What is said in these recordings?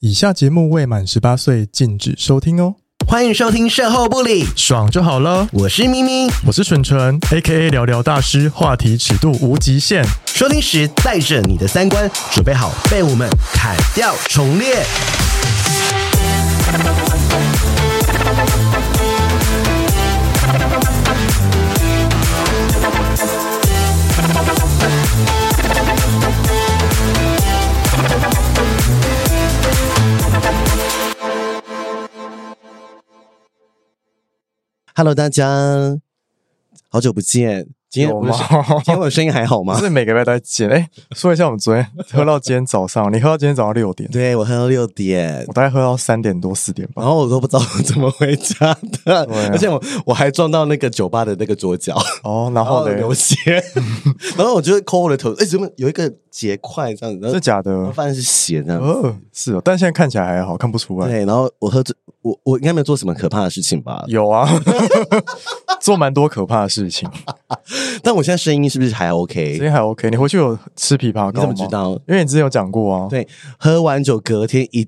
以下节目未满十八岁禁止收听哦，欢迎收听《售后不理》，爽就好了。我是咪咪。我是纯纯，A K A 聊聊大师，话题尺度无极限。收听时带着你的三观，准备好被我们砍掉重练。Hello，大家，好久不见。今天有我 的吗声今天我的声音还好 不吗？是每个礼拜都在剪。哎、说一下，我们昨天喝到今天早上，你喝到今天早上六点，对我喝到六点我，大概喝到三点多四点吧。然后我都不知道我怎么回家的，对啊而且我我还撞到那个酒吧的那个桌角，哦，然然后后嘞，流血， 然后我就抠我的头，哎、怎么有一个结块这样子？然是后假的？然后发现是血这样子。哦，是哦，但现在看起来还好看不出来。对，然后我喝醉，我我应该没有做什么可怕的事情吧？有啊， 做蛮多可怕的事情，但我现在声音是不是还今 OK？天还 OK。你回去有吃枇杷膏吗？你怎么知？道？因为你之前有讲过啊。对，喝完酒隔天一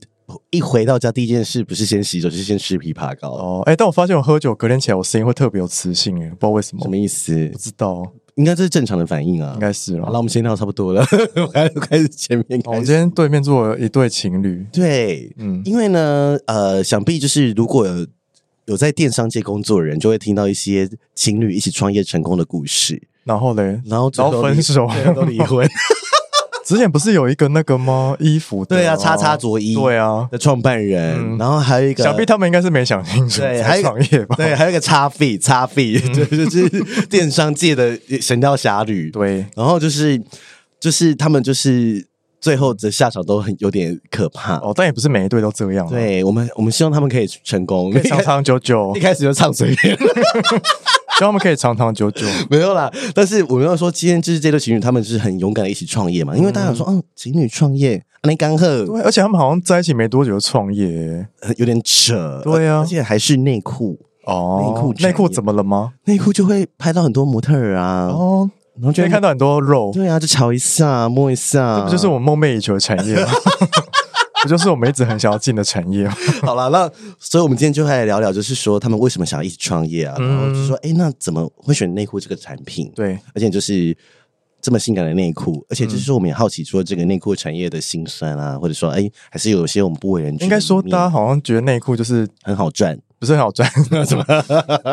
一回到家，第一件事不是先洗手，就是先吃枇杷膏。哦，哎、但我发现我喝酒隔天起来，我声音会特别有磁性，哎，不知道为什么什，么意思不？知道，应该这是正常的反应啊应。该是了好。了，我们闲聊差不多了，我还开始前面哦我开始。今天对面坐了一对情侣，对，嗯，因为呢，呃，想必就是如果有有在电商界工作的人，就会听到一些情侣一起创业成功的故事，然后嘞，然后最然后分离手最后都离婚。 之前不是有一个那个吗？衣服的对啊，叉叉卓一哦对啊，的创办人，嗯然后还有一个想必他们应该是没想清楚对才还有一个创业吧？对，还有一个叉 f 叉 f 嗯对，就是电商界的神雕侠侣。对，然后就是就是他们就是最后的下场都很有点可怕。哦，但也不是每一对都这样啊，对我们，我们希望他们可以成功，可以长长久久 一，开始就唱随便，希望他们可以长长久久。没有啦。但是我们要说，今天就是这对情侣，他们是很勇敢的一起创业嘛，因为大家想说，嗯，情侣创业，啊那刚赫对，而且他们好像在一起没多久就创业欸，有点扯，对啊而且还是内裤，哦，内裤产业内裤怎么了吗？内裤就会拍到很多模特儿啊，哦，然后就今会天看到很多肉，对啊，就瞧一下，摸一下，这不就是我梦寐以求的产业吗？ 不就是我们一直很想要进的产业 吗？好了，那所以我们今天就来聊聊，就是说他们为什么想要一起创业啊？嗯然后就说，哎、那怎么会选内裤这个产品？，对，而且就是这么性感的内裤，而且嗯就是说我们也好奇说这个内裤产业的辛酸啊，或者说，哎、还是有些我们不为人知的应一该面，说大家好像觉得内裤就是很好赚，不是很好 赚，什么？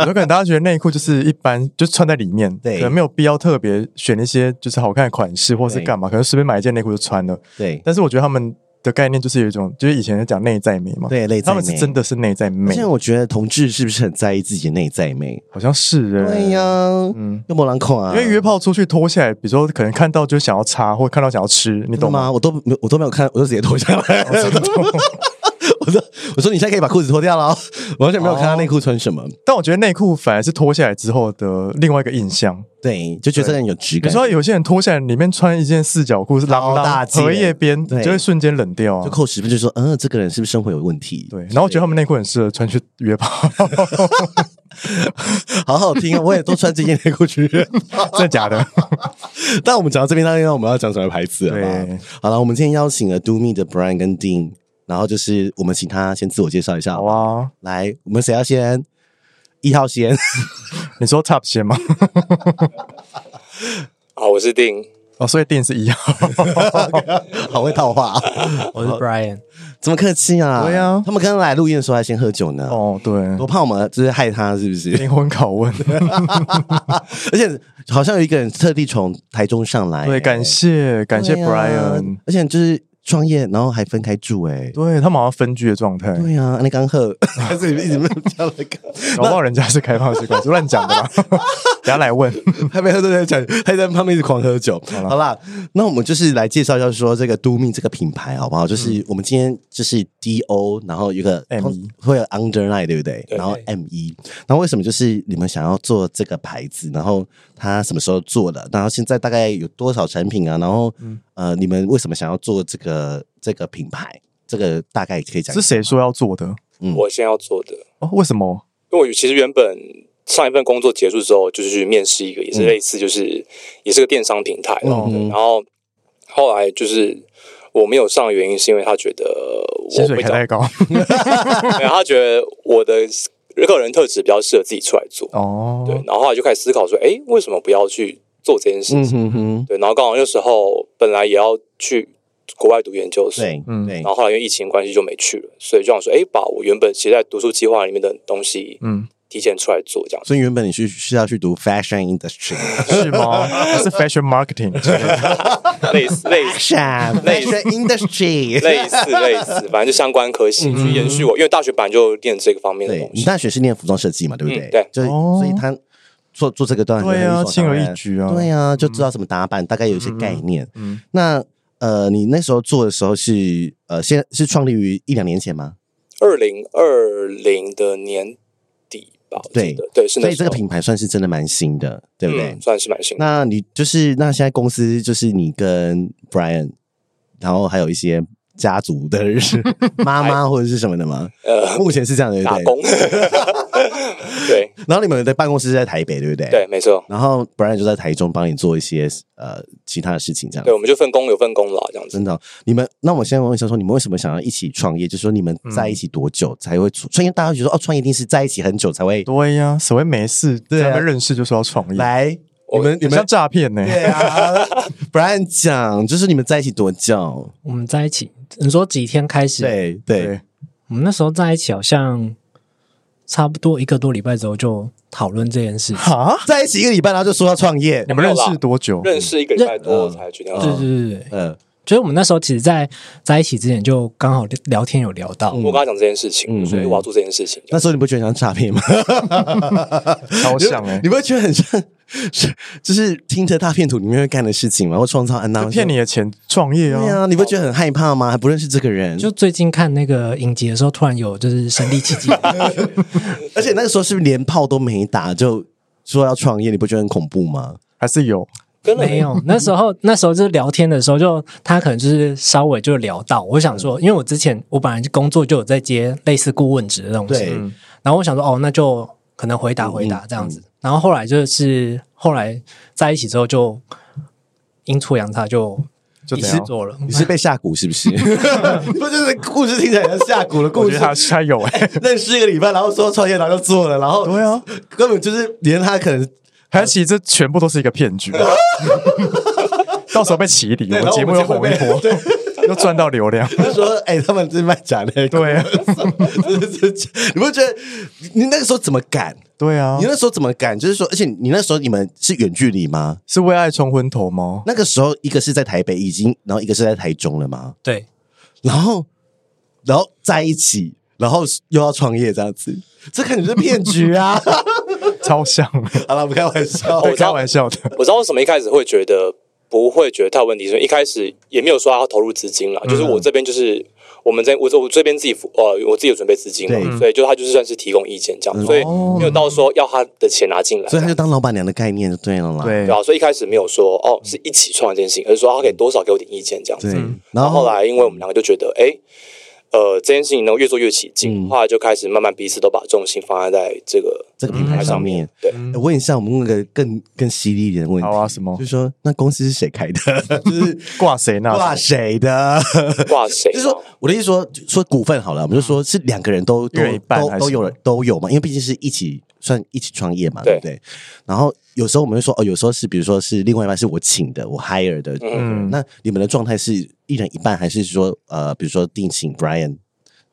有可能大家觉得内裤就是一般，就穿在里面，对可能没有必要特别选一些就是好看的款式或是干嘛，可能随便买一件内裤就穿了。对但是我觉得他们的概念就是有一种，就是以前在讲内在美嘛，，对，内在他美。们是真的是内在而美且，我觉得同志是不是很在意自己的内在美？好像是哎，对呀、，嗯。又没人看啊，因为约炮出去脱下来，比如说可能看到就想要擦，或看到想要吃，你真的懂吗？哦吗？我都没有我都没有看，我就直接脱下来。 我说我说你现在可以把裤子脱掉了哦，我完全没有看他内裤穿什么。但我觉得内裤反而是脱下来之后的另外一个印象。对，就觉得这个人有质比感。如说有些人脱下来里面穿一件四角裤是浪超大浪件荷叶边，对就会瞬间冷掉啊就。扣十分，就说嗯，这个人是不是生活有问题？对，然后我觉得他们内裤很适合穿去约 炮，好好听啊！我也都穿这件内裤去。真的假的？ 但我们讲到这边，当然我们要讲什么牌子了吧对？好了，我们今天邀请了 Do Me 的 Brian 跟 Dean，然后就是我们请他先自我介绍一下好。啊，来，我们谁要先？一号先， 你说 top 鞋吗？好，啊我是丁。哦，所以店是一样。好会 套话，我是 Brian，怎么客气啊？对啊他们刚刚来录音的时候还先喝酒呢，哦，对，我怕我们就是害他，是不是？灵魂拷问。而且好像有一个人特地从台中上来、对，感谢感谢对啊 Brian，而且就是创业，然后还分开住、欸，对他们好像分居的状态哎，，对啊，那刚喝， 还是一直没有讲了个，搞不好人家是开放式关系，乱讲的啦。 等下来问，还没喝都在讲，还在旁边一直狂喝酒。好啦，那我们就是来介绍一下说这个都命这个品牌好不好？就是我们今天就是 D O，然后有一个 ME 会有 underline 对不对？对然后 M 一，那为什么就是你们想要做这个牌子？然后它什么时候做的？然后现在大概有多少产品啊？然后、呃，你们为什么想要做这个这个品牌？这个大概可以讲一下是谁说要做的？嗯我现在要做的，哦，为什么？因为我其实原本上一份工作结束之后，就是去面试一个，嗯也是类似，就是、也是个电商平台，嗯然后后来就是我没有上的原因是因为他觉得薪我水会开找，太高没有他觉得我的个人特质比较适合自己出来做，哦，对，然后后来就开始思考说，哎，为什么不要去做这件事嗯情？哼哼，对，然后刚好那时候本来也要去国外读研究所，对，嗯对然，后后来因为疫情关系就没去了，所以就想说，哎，把我原本写在读书计划里面的东西嗯，提前出来做，这样子。所以原本你是是要去读 fashion industry 是吗？是 fashion marketing 之类的类似类似 fashion 类似 fashion industry。类似类似，反正就相关科系去延续我，因为大学本来就练这个方面嗯的对东你西。大学是念服装设计嘛，对不对？嗯对就是哦所以他做做这个当然对啊很理所当然轻而易举啊对啊，就知道怎么打扮，大概有一些概念。嗯嗯那呃，你那时候做的时候是呃，现是创立于一两年前吗？二零二零的年底吧，我记得对，是那所以时这候个品牌算是真的蛮新的，对不对？嗯算是蛮新的。那你就是那现在公司就是你跟 Brian，然后还有一些家族的 人妈妈或者是什么的吗？呃，目前是这样的，对不哎打对？工， 对然后你们的办公室是在台北，对不对？。对，没错，然后 Brian 就在台中帮你做一些呃其他的事情，这样对，。我们就分工有分工啦，这样子。真的哦、你们那我现在问一下，说你们为什么想要一起创业？就是说你们在一起多久才会出创业？大家觉得说哦，创业一定是在一起很久才嗯会对啊呀，所谓没事，对啊在那边认识就说要创业，来。你我们你很们像诈骗呢。对啊 ，Brian 讲，就是你们在一起多久？我们在一起，你说几天开始？，对对，对，我们那时候在一起好像差不多一个多礼拜之后就讨论这件事情。哈，啊在一起一个礼拜，然后就说要创业你。们认识多久？认识一个礼拜多才决定要嗯对对对对，对嗯就是我们那时候其实在，在一起之前就刚好聊天有聊到，我跟他讲这件事情，嗯所以我要做这件事情。这那样时候你不觉得很像诈骗吗？超像哎 你，不会觉得很像，是就是听着大片图里面会干的事情吗？或创造安娜就骗你的啊钱创业对啊，啊，你不觉得很害怕吗？还不认识这个人，就就最近看那个影集的时候，突然有就是身临其境。而且那个时候是不是连炮都没打就说要创业，你不觉得很恐怖吗？还是有跟了没有，那时候那时候就是聊天的时候就，他可能就是稍微就聊到，我想说，因为我之前我本来工作就有在接类似顾问职的东西对，嗯然后我想说，哦，那就可能回答回答这样子。然后后来就是后来在一起之后就阴错阳差就就一这起样。做了。你是被下蛊是不 是？你不就是故事听起来像下蛊的我故觉事得？他他有哎，认识一个礼拜，然后说创业，然后就做了，然后对啊，根本就是连他可能还其实这全部都是一个骗局，到时候被起底，我然们后节目又又红一波，对， 又赚到流量。他说：“哎、他们是卖假内裤。”对啊，你不觉得你那个时候怎么敢？对啊你，那时候怎么敢？就是说，而且你那时候你们是远距离吗？是为爱冲昏头吗？那个时候一个是在台北已经，然后一个是在台中了吗？对，然后，然后在一起，然后又要创业这样子，这肯定是骗局啊！ 超像，好了，不开玩笑。对知道开玩笑的。我知道为什么一开始会觉得不会觉得太有问题，是因为一开始也没有说要投入资金啦，就是我这边就是我们在我这我这边自己付呃我自己有准备资金对嘛，所以就他就是算是提供意见这样，所以没有到说要他的钱拿进来，所以他就当老板娘的概念就对了啦。对对，啊，所以一开始没有说哦是一起创这件事情，而是说他可以多少给我点意见这样对子。，嗯然然后后后来因为我们两个就觉得哎。呃，这件事情能够越做越起劲，后来就开始慢慢彼此都把重心放在在这个这个平台上面，对，哎问一下我们问个更更犀利一点的问题，好啊，什么就是说那公司是谁开的？ 就是挂谁那？挂谁的？挂谁啊就？是说，我的意思说，说股份好了，我们就说是两个人都都一人一半还都是都有人都有嘛，因为毕竟是一起算一起创业嘛，对对不对？然后有时候我们会说，哦，有时候是比如说是另外一半是我请的，我 hire 的，嗯那你们的状态是一人一半，还是说呃，比如说定请 Brian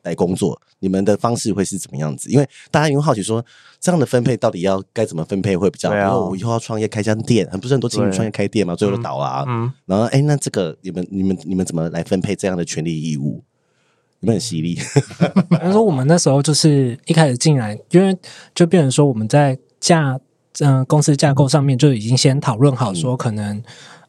来工作？你们的方式会是怎么样子？因为大家因为好奇说，这样的分配到底要该怎么分配会比较好？对啊因为我以后要创业开家店，很不是很多情侣对创业开店嘛，最后都倒了、啊。嗯，然后，哎，那这个你们、你们、你们怎么来分配这样的权利义务？你们很犀嗯利，他说我们那时候就是一开始进来，因为就变成说我们在架嗯、公司架构上面就已经先讨论好说可能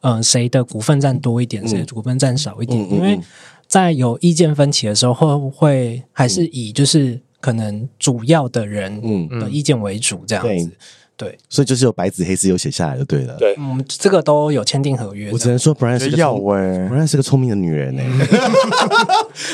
嗯、呃谁的股份占多一点，谁的股份占少一点，嗯嗯嗯因为在有意见分歧的时候，会不会还是以就是可能主要的人嗯的意见为主这样子。对对， 所以就是有白纸黑字有写下来就对了。对，嗯，这个都有签订合约。我只能说 Brian 觉得是个要聪哎， ，Brian 是个聪明的女人 哎、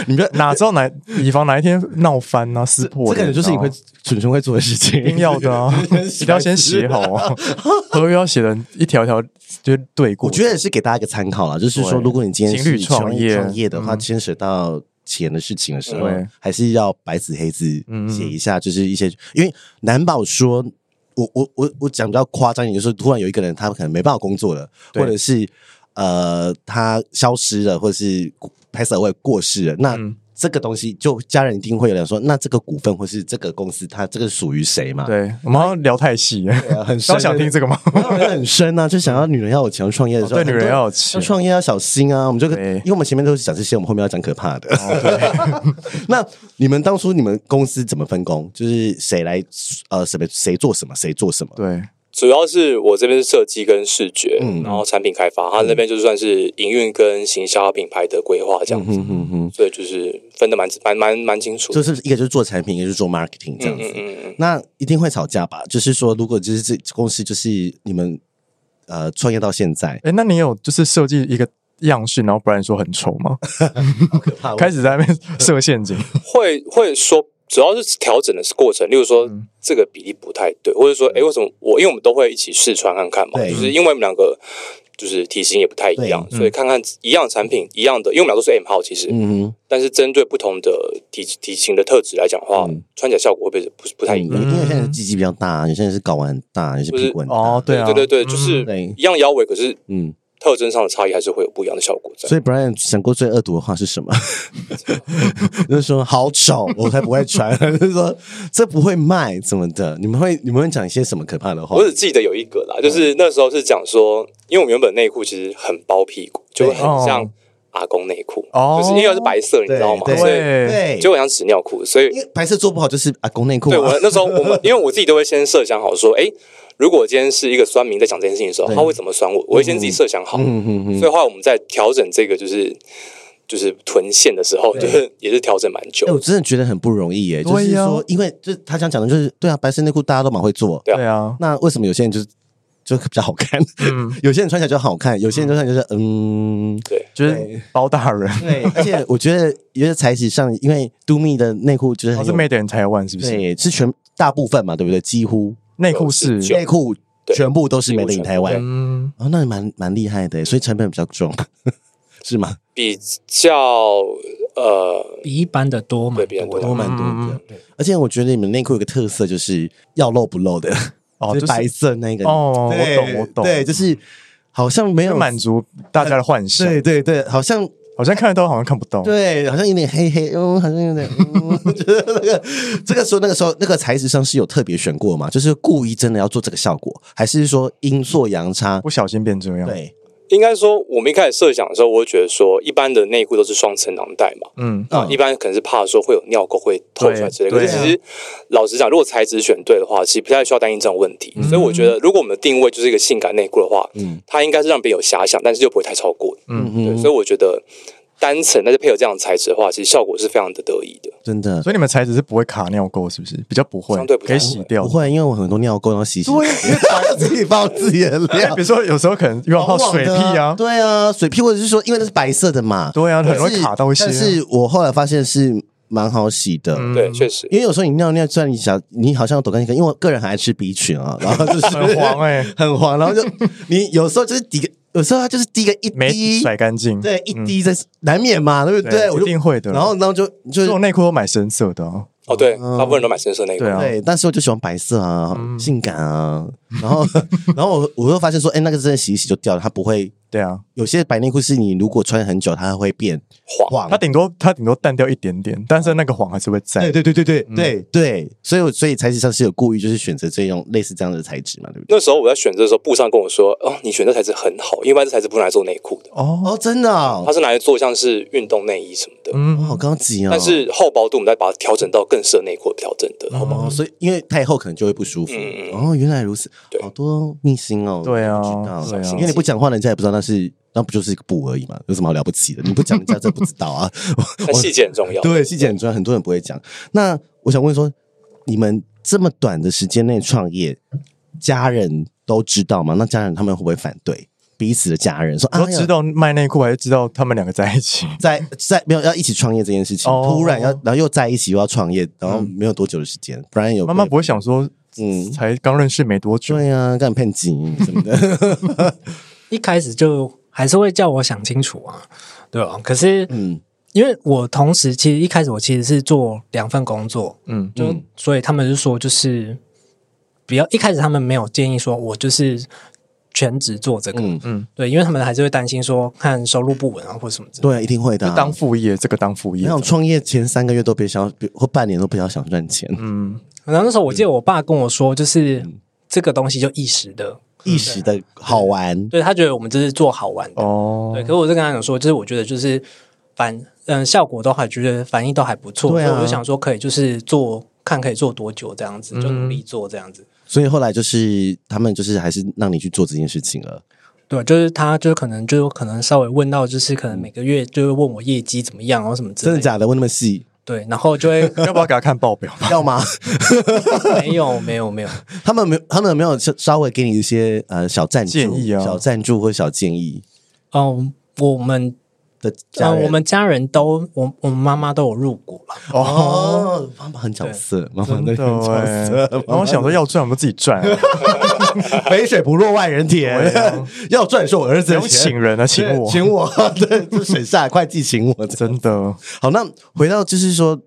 你不要，哪知道哪以防哪一天闹翻啊撕破这脸啊，可能就是你会蠢蠢会做的事情，，一定要的啊 就是一定要先写好啊， 合约要写的一条条就对过。我觉得也是给大家一个参考啦，就是说，对如果你今天情是侣创业创业的话，嗯牵扯到钱的事情的时候对，还是要白纸黑字嗯嗯写一下，就是一些，因为难保说。我我我我讲比较夸张一点，就是突然有一个人他可能没办法工作了，对或者是呃他消失了，或者是 pass away 过世了，那嗯这个东西就家人一定会有人说，那这个股份或是这个公司，它这个属于谁嘛？对，我们好像聊太细，啊对 啊，很都想听这 个吗？没有人很深啊，就想要女人要有钱创业的时候，哦对，女人很多要有钱要，创业要小心啊！我们就跟对因为我们前面都是讲这些，我们后面要讲可怕的。 那你们当初你们公司怎么分工？就是谁来呃，谁谁做什么，谁做什么？对，主要是我这边是设计跟视觉，嗯然后产品开发，他那边就算是营运跟行销品牌的规划这样子，嗯哼哼，所以就是分的蛮蛮蛮蛮清楚的。就是一个就是做产品，一个就是做 marketing 这样嗯子。嗯嗯嗯，那一定会吵架吧？就是说，如果就是这公司就是你们呃创业到现在，哎，那你有就是设计一个样式，然后不然说很丑吗？可怕开始在那边设陷 阱，会会说，主要是调整的是过程，例如说、嗯这个比例不太对，或者说，哎，为什么我？因为我们都会一起试穿看看嘛，对就是因为我们两个就是体型也不太一样，所以看看一样产品一样的，因为我们俩都是 M 号，其实，嗯哼，但是针对不同的体体型的特质来讲的话，嗯穿起来效果会不会不不太一因样？为有些人鸡鸡比较大，有些人是睾丸很大，有些屁股很大。哦，对啊，对对对，就是嗯对一样腰围，可是嗯，特征上的差异还是会有不一样的效果在。所以 Brian 想过最恶毒的话是什么？ 就是说好丑，我才不会穿。 就是说这不会卖怎么的？你们会你们会讲一些什么可怕的话我？只记得有一个啦，就是嗯那时候是讲说，因为我们原本内裤其实很包屁股，就会很像阿公内裤，哦就是因为是白色，你知道吗？哦对所以对，就很像纸尿裤，所以因为白色做不好就是阿公内裤、啊。对我那时候 我们，因为我自己都会先设想好说，哎，如果我今天是一个酸民在讲这件事情的时候，对他会怎么酸我？我会先自己设想好，嗯哼哼。所以后来我们在调整这个就是就是臀线的时候，就是也是调整蛮久哎、。我真的觉得很不容易耶、就是对啊呀说，因为就是他想讲的，就是对啊，白色内裤大家都蛮会做，对啊对啊，那为什么有些人就是就比较好看？嗯 有些人穿起来就好看，有些人穿起来就是嗯对，就是包大人，对，而且我觉得有些材质上，因为都密的内裤就是哦很是有 made in 台湾是不是？对，是全大部分嘛，对不对？几乎内裤是，就内裤对全部都是几乎 made in 全部台湾，对嗯，哦，那蛮蛮厉害的，欸所以成本比较重， 是吗？比较呃，比一般的多嘛对，比较多都蛮多的。而且我觉得你们内裤有个特色就是要露不露的，哦，就就是白色那个。哦，我对懂我懂，对，就是好像没有就满足大家的幻想，对对对，好像好像看得到，好像看不到，对，好像有点黑黑，嗯，好像有点，嗯， 就是那个这个时候，那个时候那个材质上是有特别选过嘛？就是故意真的要做这个效果，还是说阴错阳差？不小心变这样，对，应该说我们一开始设想的时候，我会觉得说一般的内裤都是双层囊袋嘛，嗯，啊、嗯一般可能是怕说会有尿垢会透出来之类的。可对是其实老实讲，如果材质选对的话，其实不太需要担心这种问题。所以我觉得，如果我们的定位就是一个性感内裤的话，嗯它应该是让别人有遐想，但是又不会太超过。嗯对，哼，所以我觉得单层，但是配有这样的材质的话，其实效果是非常的得意的。真的所以你们材质是不会卡尿垢，是不是？比较不会，相对不太可以洗掉不。会，因为我很多尿垢，然后洗洗，对 自己爆自己的比料如。说有时候可能用到水屁啊，对啊，水屁或者是说，因为那是白色的嘛，对啊，很容但易是卡到一些啊。嗯但是我后来发现是蛮好洗的，对，确实。因为有时候你尿尿，虽然你想你好像有抖干净，因为我个人很爱吃 B 群啊， 然后就是很黄欸很黄，然后就你有时候就是滴个，有时候它就是滴个一没滴，甩干净，对，一滴在难免嘛，对不嗯对我就一定会的然后然后就就这种内裤都买深色的啊，哦，对，大部分人都买深色内裤对。啊，对，但是我就喜欢白色啊，性感啊，然后 然后我我又发现说，哎，那个真的洗一洗就掉了，它不会。对啊，有些白内裤是你如果穿很久，它会变黄黄它顶多它顶多淡掉一点点，但是那个黄还是会在。哎对对对对对嗯对，所以我所以材质上是有故意就是选择这种类似这样的材质嘛，对不对？那时候我在选择的时候，布商跟我说：“哦，你选这材质很好，因为一般这材质不是拿来做内裤的，哦，哦，真的哦，它是拿来做像是运动内衣什么的。哦嗯，好高级哦。但是厚薄度我们再把它调整到更适合内裤的调整的 厚薄。哦，所以因为太厚可能就会不舒服。嗯嗯哦，原来如此，对好多秘辛哦。对啊我不知道对啊因为你不讲话，人家也不知道那是那不就是一个布而已嘛，有什么好了不起的？你不讲，人家真不知道啊。但细节很重要。哦对，细节很重要，很多人不会讲。那我想问说，你们这么短的时间内创业，家人都知道吗？那家人他们会不会反对彼此的家人说啊我？知道卖内裤，还是知道他们两个在一起？在在没有要一起创业这件事情，哦嗯突然要然后又在一起又要创业，然后没有多久的时间，不然有妈妈不会想说，嗯嗯，才刚认识没多久，对啊，干骗金什 么的，一开始就还是会叫我想清楚啊，对吧？可是嗯因为我同时其实一开始我其实是做两份工作，嗯，就、嗯所以他们就说就是不要一开始他们没有建议说我就是全职做这个，嗯，对，因为他们还是会担心说看收入不稳啊或什么之类的。对啊，一定会的啊、当副业，这个当副业那，种创业前三个月都别想要，或半年都不要想赚钱，嗯，然后那时候我记得我爸跟我说，就是嗯这个东西就一时的，一时的好玩，对他觉得我们这是做好玩的，哦， 对。可是我就跟他讲说，就是我觉得就是反嗯、效果都还觉得反应都还不错，对啊所以我就想说可以就是做看可以做多久这样子，就努力做这样子。所以后来就是他们就是还是让你去做这件事情了。对，就是他，就是可能，就可能稍微问到，就是可能每个月就会问我业绩怎么样，然后什么之真类的假的？问那么 细，对，然后就会 要不要给他看报表？要吗？没有，没有，没有，他们没有，他们有没有稍稍微给你一些呃小赞助、建议啊小赞助或小建议嗯，我们，的家嗯，人？我们家人都，我我们妈妈都有入股了，哦，妈妈很角色，妈妈真 很的角哎，色，然后我想说要赚，我们自己赚啊， 肥水不落外人田对啊， 要赚是我儿不子的用钱，请人啊，请对我，请我， 对，就省下来会计请我。真的，好，那回到就是说，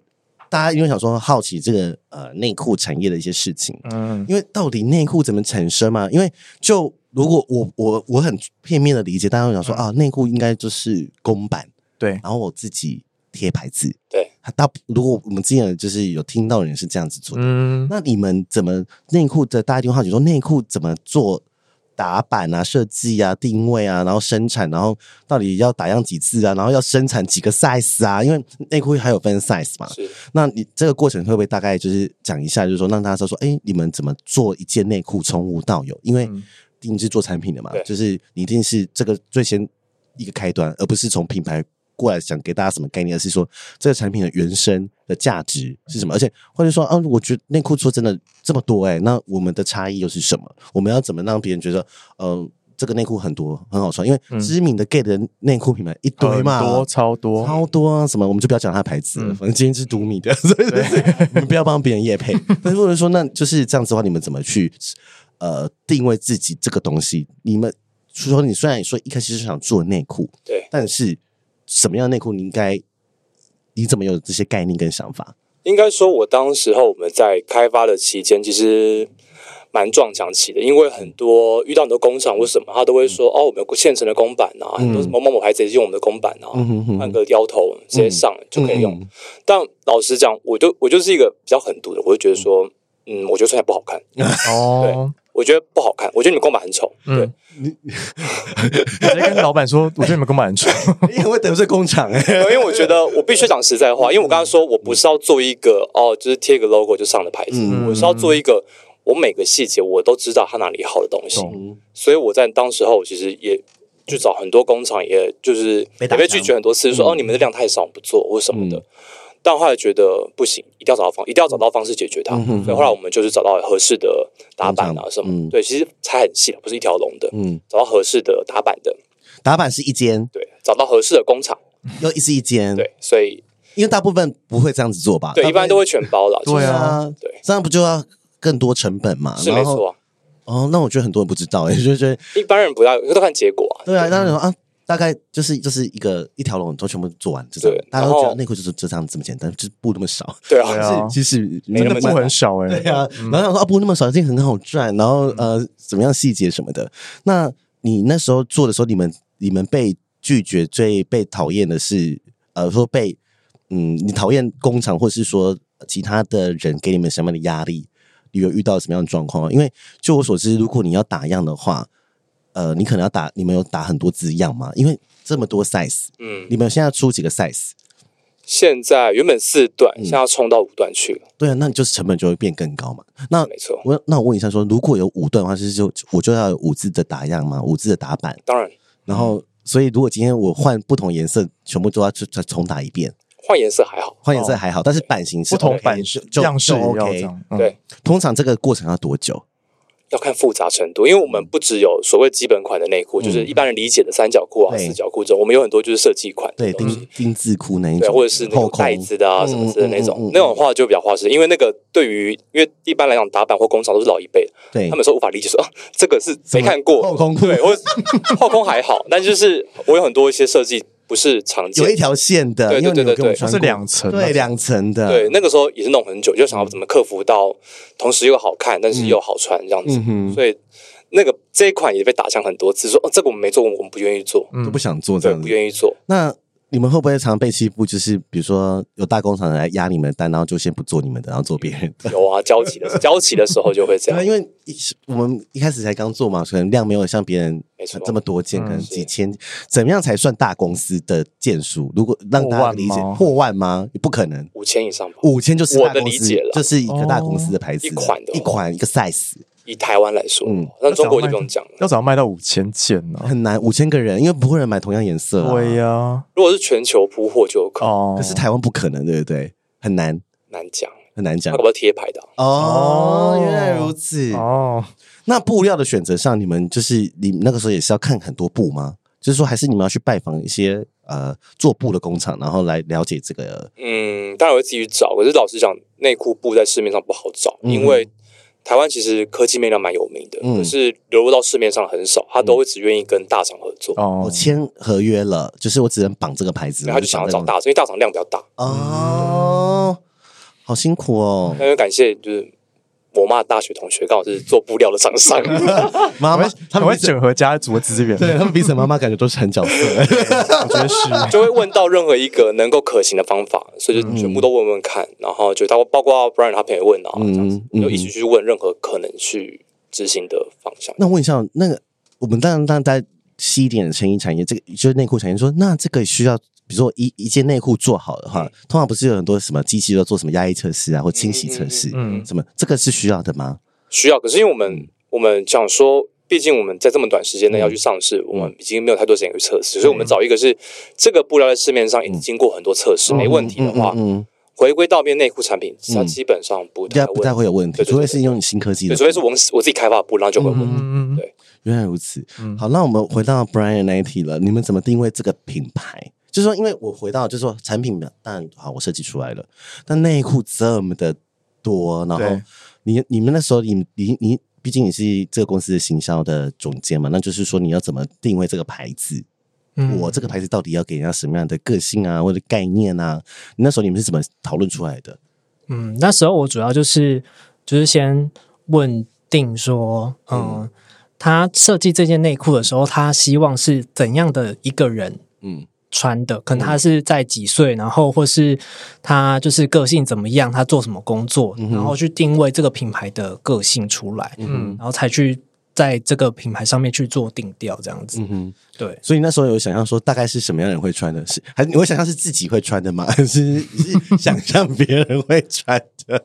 大家因为想说好奇这个呃内裤产业的一些事情，嗯因为到底内裤怎么产生嘛？因为就如果我我我很片面的理解，大家会想说、啊，内裤应该就是公版，对，然后我自己贴牌子。对，大如果我们之前就是有听到人是这样子做的，嗯，那你们怎么内裤的？大家一定会好奇说内裤怎么做打版啊、设计啊、定位啊，然后生产，然后到底要打样几次啊，然后要生产几个 size 啊？因为内裤还有分 size 嘛。是那你这个过程会不会大概就是讲一下，就是说让大家知道说，哎，你们怎么做一件内裤从无到有？因为嗯你是做产品的嘛对，就是你一定是这个最先一个开端，而不是从品牌过来想给大家什么概念，而是说这个产品的原生的价值是嗯什么，而且或者说，啊，我觉得内裤说真的这么多哎、那我们的差异又是什么？我们要怎么让别人觉得，呃，这个内裤很多很好穿？因为知名的 gay 的内裤品牌一堆嗯哦很嘛，多超多，超多啊，什么我们就不要讲它的牌子了，嗯反正今天是读 你的，所以就是你们不要帮别人夜配。但是或者说，那就是这样子的话，你们怎么去呃定位自己这个东西？你们说你虽然说一开始是想做内裤，对。但是什么样的内裤你应该？你怎么有这些概念跟想法？应该说，我当时候我们在开发的期间，其实蛮撞墙期的，因为很多遇到很多工厂或什么，他都会嗯说、哦，我们有现成的公版啊，很多某某某牌子也是用我们的公版啊，嗯哼哼换个腰头直接上就可以用。嗯但老实讲，我就我就是一个比较狠毒的，我就觉得说，嗯，我觉得穿起来不好看，哦，我觉得不好看，我觉得你们公版很丑，对，嗯， 你直接跟老板说，我觉得你们公版很丑， 你也会得罪工厂哎、 没有，因为我觉得我必须讲实在话，因为我刚刚说我不是要做一个哦，就是贴一个 logo 就上的牌子，嗯我是要做一个我每个细节我都知道它哪里好的东西，懂所以我在当时候其实也去找很多工厂，也就是被也打被枪拒绝很多次，就说、哦你们的量太少，我不做或什么的。嗯但后来觉得不行，一定要找到方，一定要找到方式解决它。嗯哼所以后来我们就是找到合适的打板啊什么，嗯对，其实拆很细，不是一条龙的，嗯，找到合适的打板的，打板是一间，对，找到合适的工厂，又是一间，，对，所以因为大部分不会这样子做吧？对，大一部分般都会全包了，对对啊啊，对，这样不就要更多成本嘛？是然没后错啊、哦，那我觉得很多人不知道、欸， 就觉得一般人不要都看结果啊。对啊，当然说啊，大概就是就是一个一条龙都全部做完，就这样对，大家都然觉后得内裤就是就这样这么简单，就是布那么少，对啊，对啊是其实没那么真的简布单很少哎对，啊，然后想说啊布那么少，一定很好赚，然后呃怎么样细节什么的。那你那时候做的时候，你们你们被拒绝最被讨厌的是呃说被嗯你讨厌工厂，或是说其他的人给你们什么样的压力？你有遇到什么样的状况吗？因为就我所知，如果你要打样的话，呃，你可能要打，你们有打很多字样吗？因为这么多 size，嗯，你们现在出几个 size？现在原本四段，嗯现在要冲到五段去了，对啊，那你就是成本就会变更高嘛。那没错。我那我问一下说，如果有五段的话，是就我就要有五字的打样吗？五字的打板，当然，嗯然后所以如果今天我换不同颜色，全部都要再再重打一遍。换颜色还好，换颜色还好，但是版型是哦不同 OK，版就就样式就也要这 OK。样，嗯对，通常这个过程要多久？要看复杂程度，因为我们不只有所谓基本款的内裤，就是一般人理解的三角裤啊、嗯对四角裤这种，我们有很多就是设计款嗯的对，东西，丁丁字裤那一对，种，或者是那后种空带子的啊嗯什么之类的那嗯嗯嗯种嗯，那种的话就比较花时间，因为那个对于因为一般来讲打板或工厂都是老一辈的，对哦他们说无法理解说啊这个是没看过后空裤对，或者后空还好，但就是我有很多一些设计不是常见有一。条线的，对对因为你有对对给我们对穿是过两层啊，对两层的，对，那个时候也是弄很久，就想要怎么克服到，同时又好看，但是又好穿这样子。嗯哼所以那个这一款也被打枪很多次，说哦，这个我们没做过，我们不愿意做，嗯都不想做这对，样不子。愿意做。那你们会不会常被欺负？就是比如说有大工厂来压你们的单，然后就先不做你们的，然后做别人的。有啊，交期的交期的时候就会这对啊，样，因为一我们一开始才刚做嘛，可能量没有像别人没错这么多件，嗯可能几是千，怎么样才算大公司的件数？如果让破大家万理解吗破万吗？不可能，五千以上吧。五千就是大我的公理司解了，就是一个大公哦司的牌子了，一款的一款一个 size 以台湾来说嗯，那中国就不用讲了。要怎么卖到五千件呢？很难，五千个人，因为不会有人买同样颜色、啊，对呀，如果是全球铺货就有可能哦，可是台湾不可能，对不对？很难难讲，很难他讲搞不。好贴牌的啊。哦哦，原来如此。哦，那布料的选择上，你们就是你那个时候也是要看很多布吗？就是说，还是你们要去拜访一些呃做布的工厂，然后来了解这个嗯，当然我会自己找，可是老实讲，内裤布在市面上不好找，嗯因为台湾其实科技面料蛮有名的，嗯可是流入到市面上很少，他都会只愿意跟大厂合作，哦我，签合约了，就是我只能绑这个牌子，然后他就嗯想要找大厂，因为大厂量比较大。哦，好辛苦 哦，那就感谢就是我妈的大学同学，刚好是做布料的厂商，嗯妈他妈们他们会彼此整合家族的资源，对他们彼此的妈妈感觉都是很角色，我觉得是， 就会问到任何一个能够可行的方法，所嗯以就全部都问问看，然后就他包括 Brian 他朋友问啊，嗯这样子嗯就一起去问任何可能去执行的方向。那问一下，那个我们当然当然在西点的成衣产业，这个就是内裤产业说，那这个需要，比如说一一件内裤做好的话，嗯通常不是有很多什么机器要做什么压力测试啊，或清洗测试，嗯，什么这个是需要的吗？需要，可是因为我嗯们我们想说，毕竟我们在这么短时间内要去上市，嗯我们已经没有太多时间去测试，所以我们找一个是这个布料在市面上已经经过很多测试，没问题的话，嗯，回归到变内裤产品，它嗯基本上不应该太不太问会有问题，对对对除非是用新科技对，的。除非是我们我自己开发的布，然后就会问。嗯嗯对原来如此。好，那我们回到 Brian 那一题了，你们怎么定位这个品牌？就是说，因为我回到，就是说产品表，当然好，我设计出来了，但内裤这么的多，然后对你你们那时候你你你，毕竟你是这个公司的行销的总监嘛，那就是说你要怎么定位这个牌子？嗯我这个牌子到底要给人家什么样的个性啊，或者概念啊？那时候你们是怎么讨论出来的？嗯，那时候我主要就是就是先问定说，嗯，他设计这件内裤的时候，他希望是怎样的一个人嗯穿的？可能他是在几岁，然后或是他就是个性怎么样，他做什么工作，嗯哼然后去定位这个品牌的个性出来，嗯然后才去在这个品牌上面去做定调，这样子。嗯哼，对，所以那时候有想象说大概是什么样的人会穿的，是还是你会想象是自己会穿的吗？还是你是想象别人会穿的？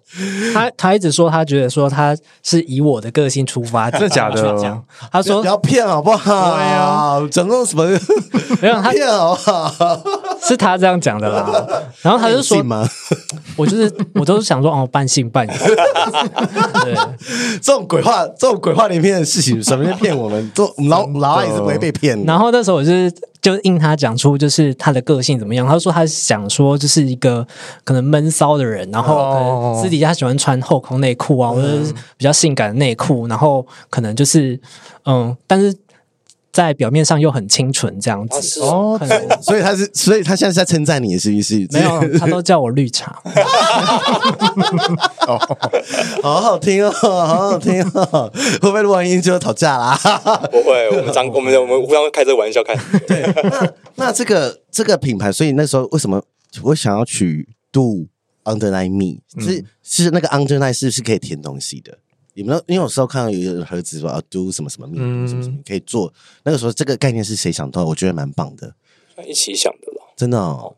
他他一直说他觉得说他是以我的个性 出发，真真的假的他他说不要骗好不好？对呀，讲这种什么没有，他骗好不好？是他这样讲的啦。然后他就你说信，吗？我就是我都是想说哦，半信半疑。对，这种鬼话，这种鬼话连篇的事情，什么叫骗我们？这种我们老老外也是不会被骗的。然后那时候我就是就应他讲出就是他的个性怎么样，他说他想说就是一个可能闷骚的人，然后可能私底下喜欢穿后空内裤啊，或者是比较性感的内裤，然后可能就是嗯，但是在表面上又很清纯这样啊，子。是哦，可能所以他是，所以他现在是在称赞你，是不是？没有，他都叫我绿茶。好好听哦，好好听哦，会不会录完音就吵架啦？不会，我们张我们我们互相开这个玩笑看。对，那这个这个品牌，所以那时候为什么我想要取 Do Underline Me？是、是那个 Underline 是是可以填东西的。你们都因为有时候看到有人盒子说啊 Do 什么什么 Me、嗯什么什么，可以做。那个时候这个概念是谁想到的？我觉得蛮棒的，一起想的啦，真的哦。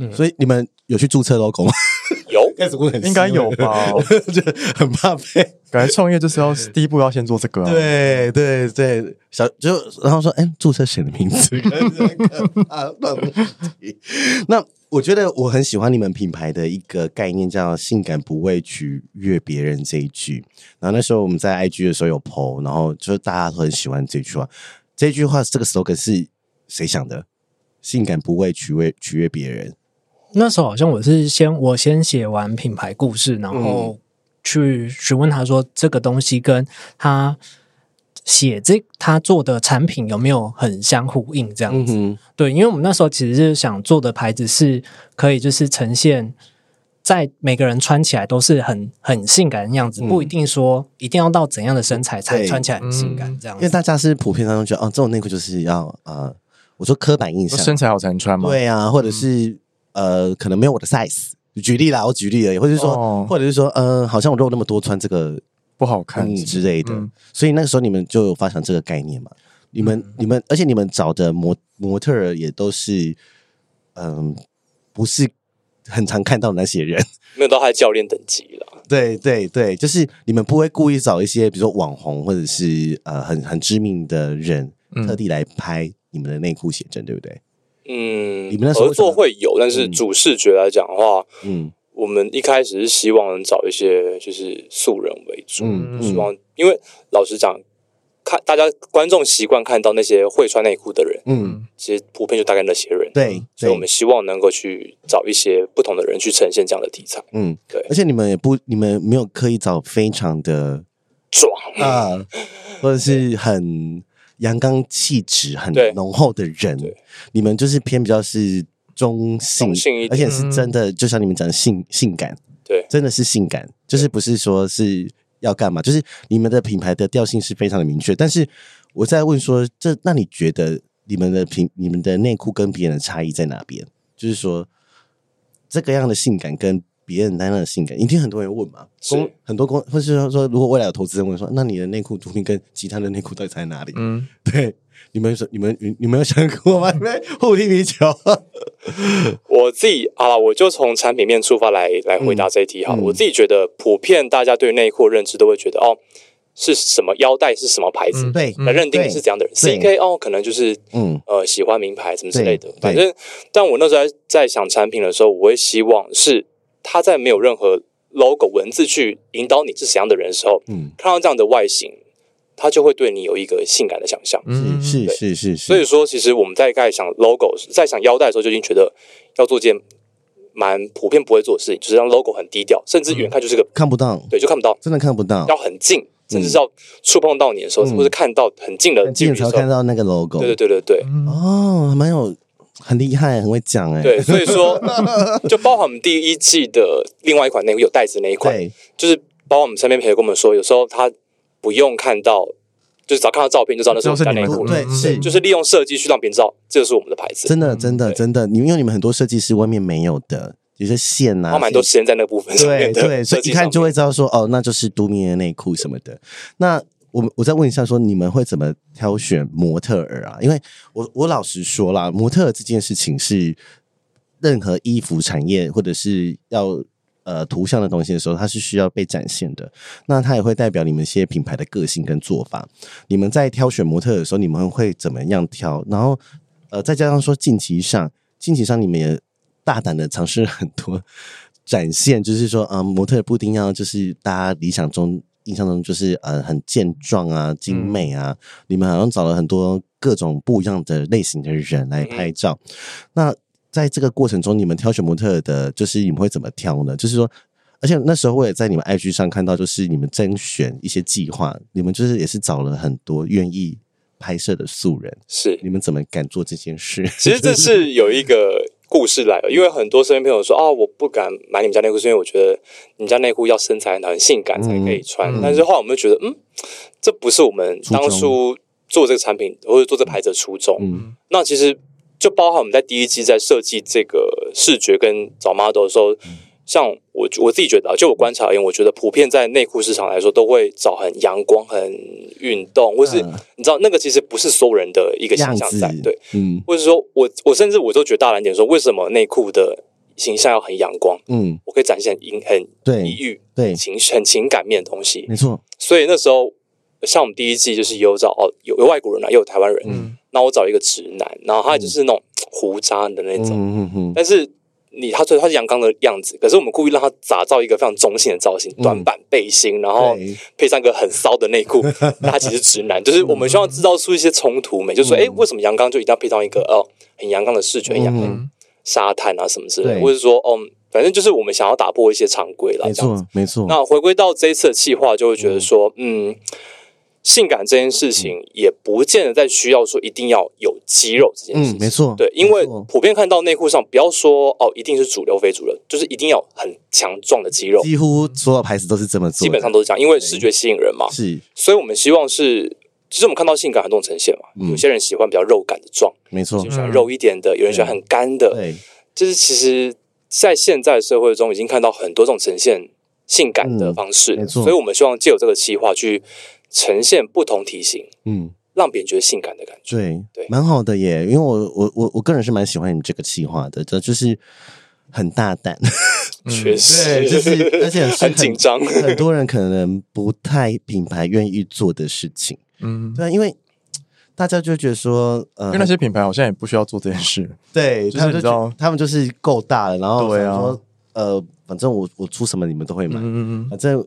嗯所以你们有去注册 logo 吗？ 有开始问很应该有吧？就很怕被。感觉创业就是要第一步要先做这个啊，对对对，小就 然后说，哎，注册谁的名字？可能是很可怕的问题那我觉得我很喜欢你们品牌的一个概念，叫“性感不畏取悦别人”这一句。然后那时候我们在 IG 的时候有 PO，然后就是大家都很喜欢这句话。这句话这个 slogan 是谁想的？“性感不畏取悦取悦别人那时候好像我是先我先写完品牌故事，然嗯后去询问他说这个东西跟他写这他做的产品有没有很相呼应这”。样嗯子。哼，对，因为我们那时候其实是想做的牌子是可以就是呈现。在每个人穿起来都是很很性感的样子，嗯不一定说一定要到怎样的身材才对穿起来很性感嗯这样因为子。大家是普遍当中觉得，哦，这种内裤就是要呃，我说刻板印说象，身材好才能穿嘛。对啊，嗯或者是、呃，可能没有我的 size。举例啦，我举例而已，或者是说，哦或者是说，呃，好像我肉那么多，穿这个不好看嗯。之类的嗯。所以那个时候你们就有发想这个概念嘛？你们、你们，而且你们找的模模特儿也都是，嗯，不是很常看到的那些人。 没有到他的教练等级了。对对对，就是你们不会故意找一些，比如说网红或者是呃很很知名的人，嗯特地来拍你们的内裤写真，对不对？嗯你们那，时候合作会有，但是主视觉来讲的话，嗯我们一开始是希望能找一些就是素人为主，嗯希望因为老实讲，看大家观众习惯看到那些会穿内裤的人，嗯，其实普遍就大概那些人。对，所以对我们希望能够去找一些不同的人去呈现这样的题材，嗯，对而且你们也不，你们没有刻意找非常的壮。啊，或者是很阳刚气质很对浓厚的人对，你们就是偏比较是中性，中性一点而且是真的，就像你们讲的性性感，对真的是性感，就是不是说是要干嘛，就是你们的品牌的调性是非常的明确。但是我在问说，这那你觉得你们的品、你们的内裤跟别人的差异在哪边？就是说，这个样的性感跟别人那样的性感，一定很多人问嘛。是公很多公，或是说说，如果未来有投资人问说，那你的内裤途径跟其他的内裤到底差在哪里？嗯，对，你们有你们你你们有想过吗？你 嗯们互踢皮 球，我自己啊，我就从产品面出发来来回答这一题哈。嗯我自己觉得，普遍大家对内裤的认知都会觉得哦，是什么腰带是什么牌子嗯，对，来认定对是怎样的人。对 CK 哦，可能就是嗯呃喜欢名牌什么之类的对。反正，但我那时候在在想产品的时候，我会希望是他在没有任何 logo 文字去引导你是怎样的人的时候，嗯，看到这样的外形，他就会对你有一个性感的想象。嗯是对是是是，所以说，其实我们在在想 logo、在想腰带的时候，就已经觉得要做件蛮普遍不会做的事情，就是让 logo 很低调，嗯甚至远看就是个、看不到，对，就看不到，真的看不到，要很近，甚至是要触碰到你的时候，嗯或者看到很近的很距近离的才的时会候，看到那个 logo，对对对对对。嗯哦，蛮有很厉害，很会讲哎，对，所 以说就包含我们第一季的另外一款内裤有袋子那一款，对，就是包括我们身边朋友跟我们说，有时候他不用看到，就是只要看到照片就知道那是我们家内知道裤是你了，们对嗯是就是利用设计去让别人知道这就是我们的牌子，真的真的对真的，你因为你们很多设计师外面没有的，有些线啊，花哦蛮多时间在那部分上对面的对，所设以一计上看面就会知道说，哦，那就是都米的内裤什么的。那我我再问一下说你们会怎么挑选模特儿啊？因为我我老实说啦，模特儿这件事情是任何衣服产业或者是要呃图像的东西的时候，它是需要被展现的。那它也会代表你们一些品牌的个性跟做法。你们在挑选模特儿的时候，你们会怎么样挑？然后呃，再加上说近期上，近期上你们也大胆的尝试了很多展现，就是说，嗯、模特儿不一定要就是大家理想中、印象中就是呃很健壮啊、精美啊，你们好像找了很多各种不一样的类型的人来拍照。那在这个过程中，你们挑选模特儿的，就是你们会怎么挑呢？就是说。而且那时候我也在你们 IG 上看到，就是你们甄选一些计划，你们就是也是找了很多愿意拍摄的素人，是你们怎么敢做这件事？ 其实这是有一个故事来的，因为很多身边朋友说啊，我不敢买你们家内裤，是因为我觉得你们家内裤要身材很好很性感才可以穿。嗯嗯但是后来我们就觉得，嗯，这不是我们初衷当初做这个产品或者做这牌子的初衷。嗯那其实就包含我们在第一季在设计这个视觉跟找 model 的时候，嗯像我我自己觉得啊，就我观察而言，我觉得普遍在内裤市场来说，都会找很阳光、很运动，或是嗯你知道那个其实不是所有人的一个形象在样子对。嗯或者说我我甚至我都觉得大胆点说，为什么内裤的形象要很阳光？ 嗯，我可以展现很很抑对郁、对，情绪、很情感面的东西。没错，所以那时候，像我们第一季就是也有找哦，有有外国人啊，也有台湾人。嗯那我找一个直男，然后他就是那种胡渣的那种，嗯嗯嗯嗯，但是你它所以它是阳刚的样子，可是我们故意让它打造一个非常中性的造型，短版背心，然后嗯对配上一个很骚的 内裤，那它其实是直男，就是我们希望制造出一些冲突美，就说哎、诶为什么阳刚就一定要配上一个哦很阳刚的视觉，很阳嗯很沙滩啊什么之类的，对或者说哦，反正就是我们想要打破一些常规啦，没这样子。错，没错。那回归到这一次的计划，就会觉得说，嗯，性感这件事情也不见得在需要说一定要有肌肉这件事嗯，情。没错，对，因为没错普遍看到内裤上，不要说哦，一定是主流非主流，就是一定要很强壮的肌肉，几乎所有牌子都是这么做的，基本上都是这样，因为视觉吸引人嘛。是所以我们希望是，其实我们看到性感很多种呈现嘛，嗯有些人喜欢比较肉感的壮，没错有，人喜欢肉一点的，有人喜欢很干的，对，就是其实，在现在社会中，已经看到很多种呈现性感的方式，嗯没错所以我们希望借由这个企划去呈现不同体型，嗯。让别人觉得性感的感觉。对，对蛮好的耶。因为我我我我个人是蛮喜欢你这个计划的，这就是很大胆，确对，实，就是而 且是很紧张。很多人可能不太品牌愿意做的事情。嗯，对啊，因为大家就觉得说，呃，因为那些品牌好像也不需要做这件事，对，就是他们你就知道觉他们就是够大了，然后对啊想说，呃，反正我我出什么你们都会买，嗯嗯嗯，反正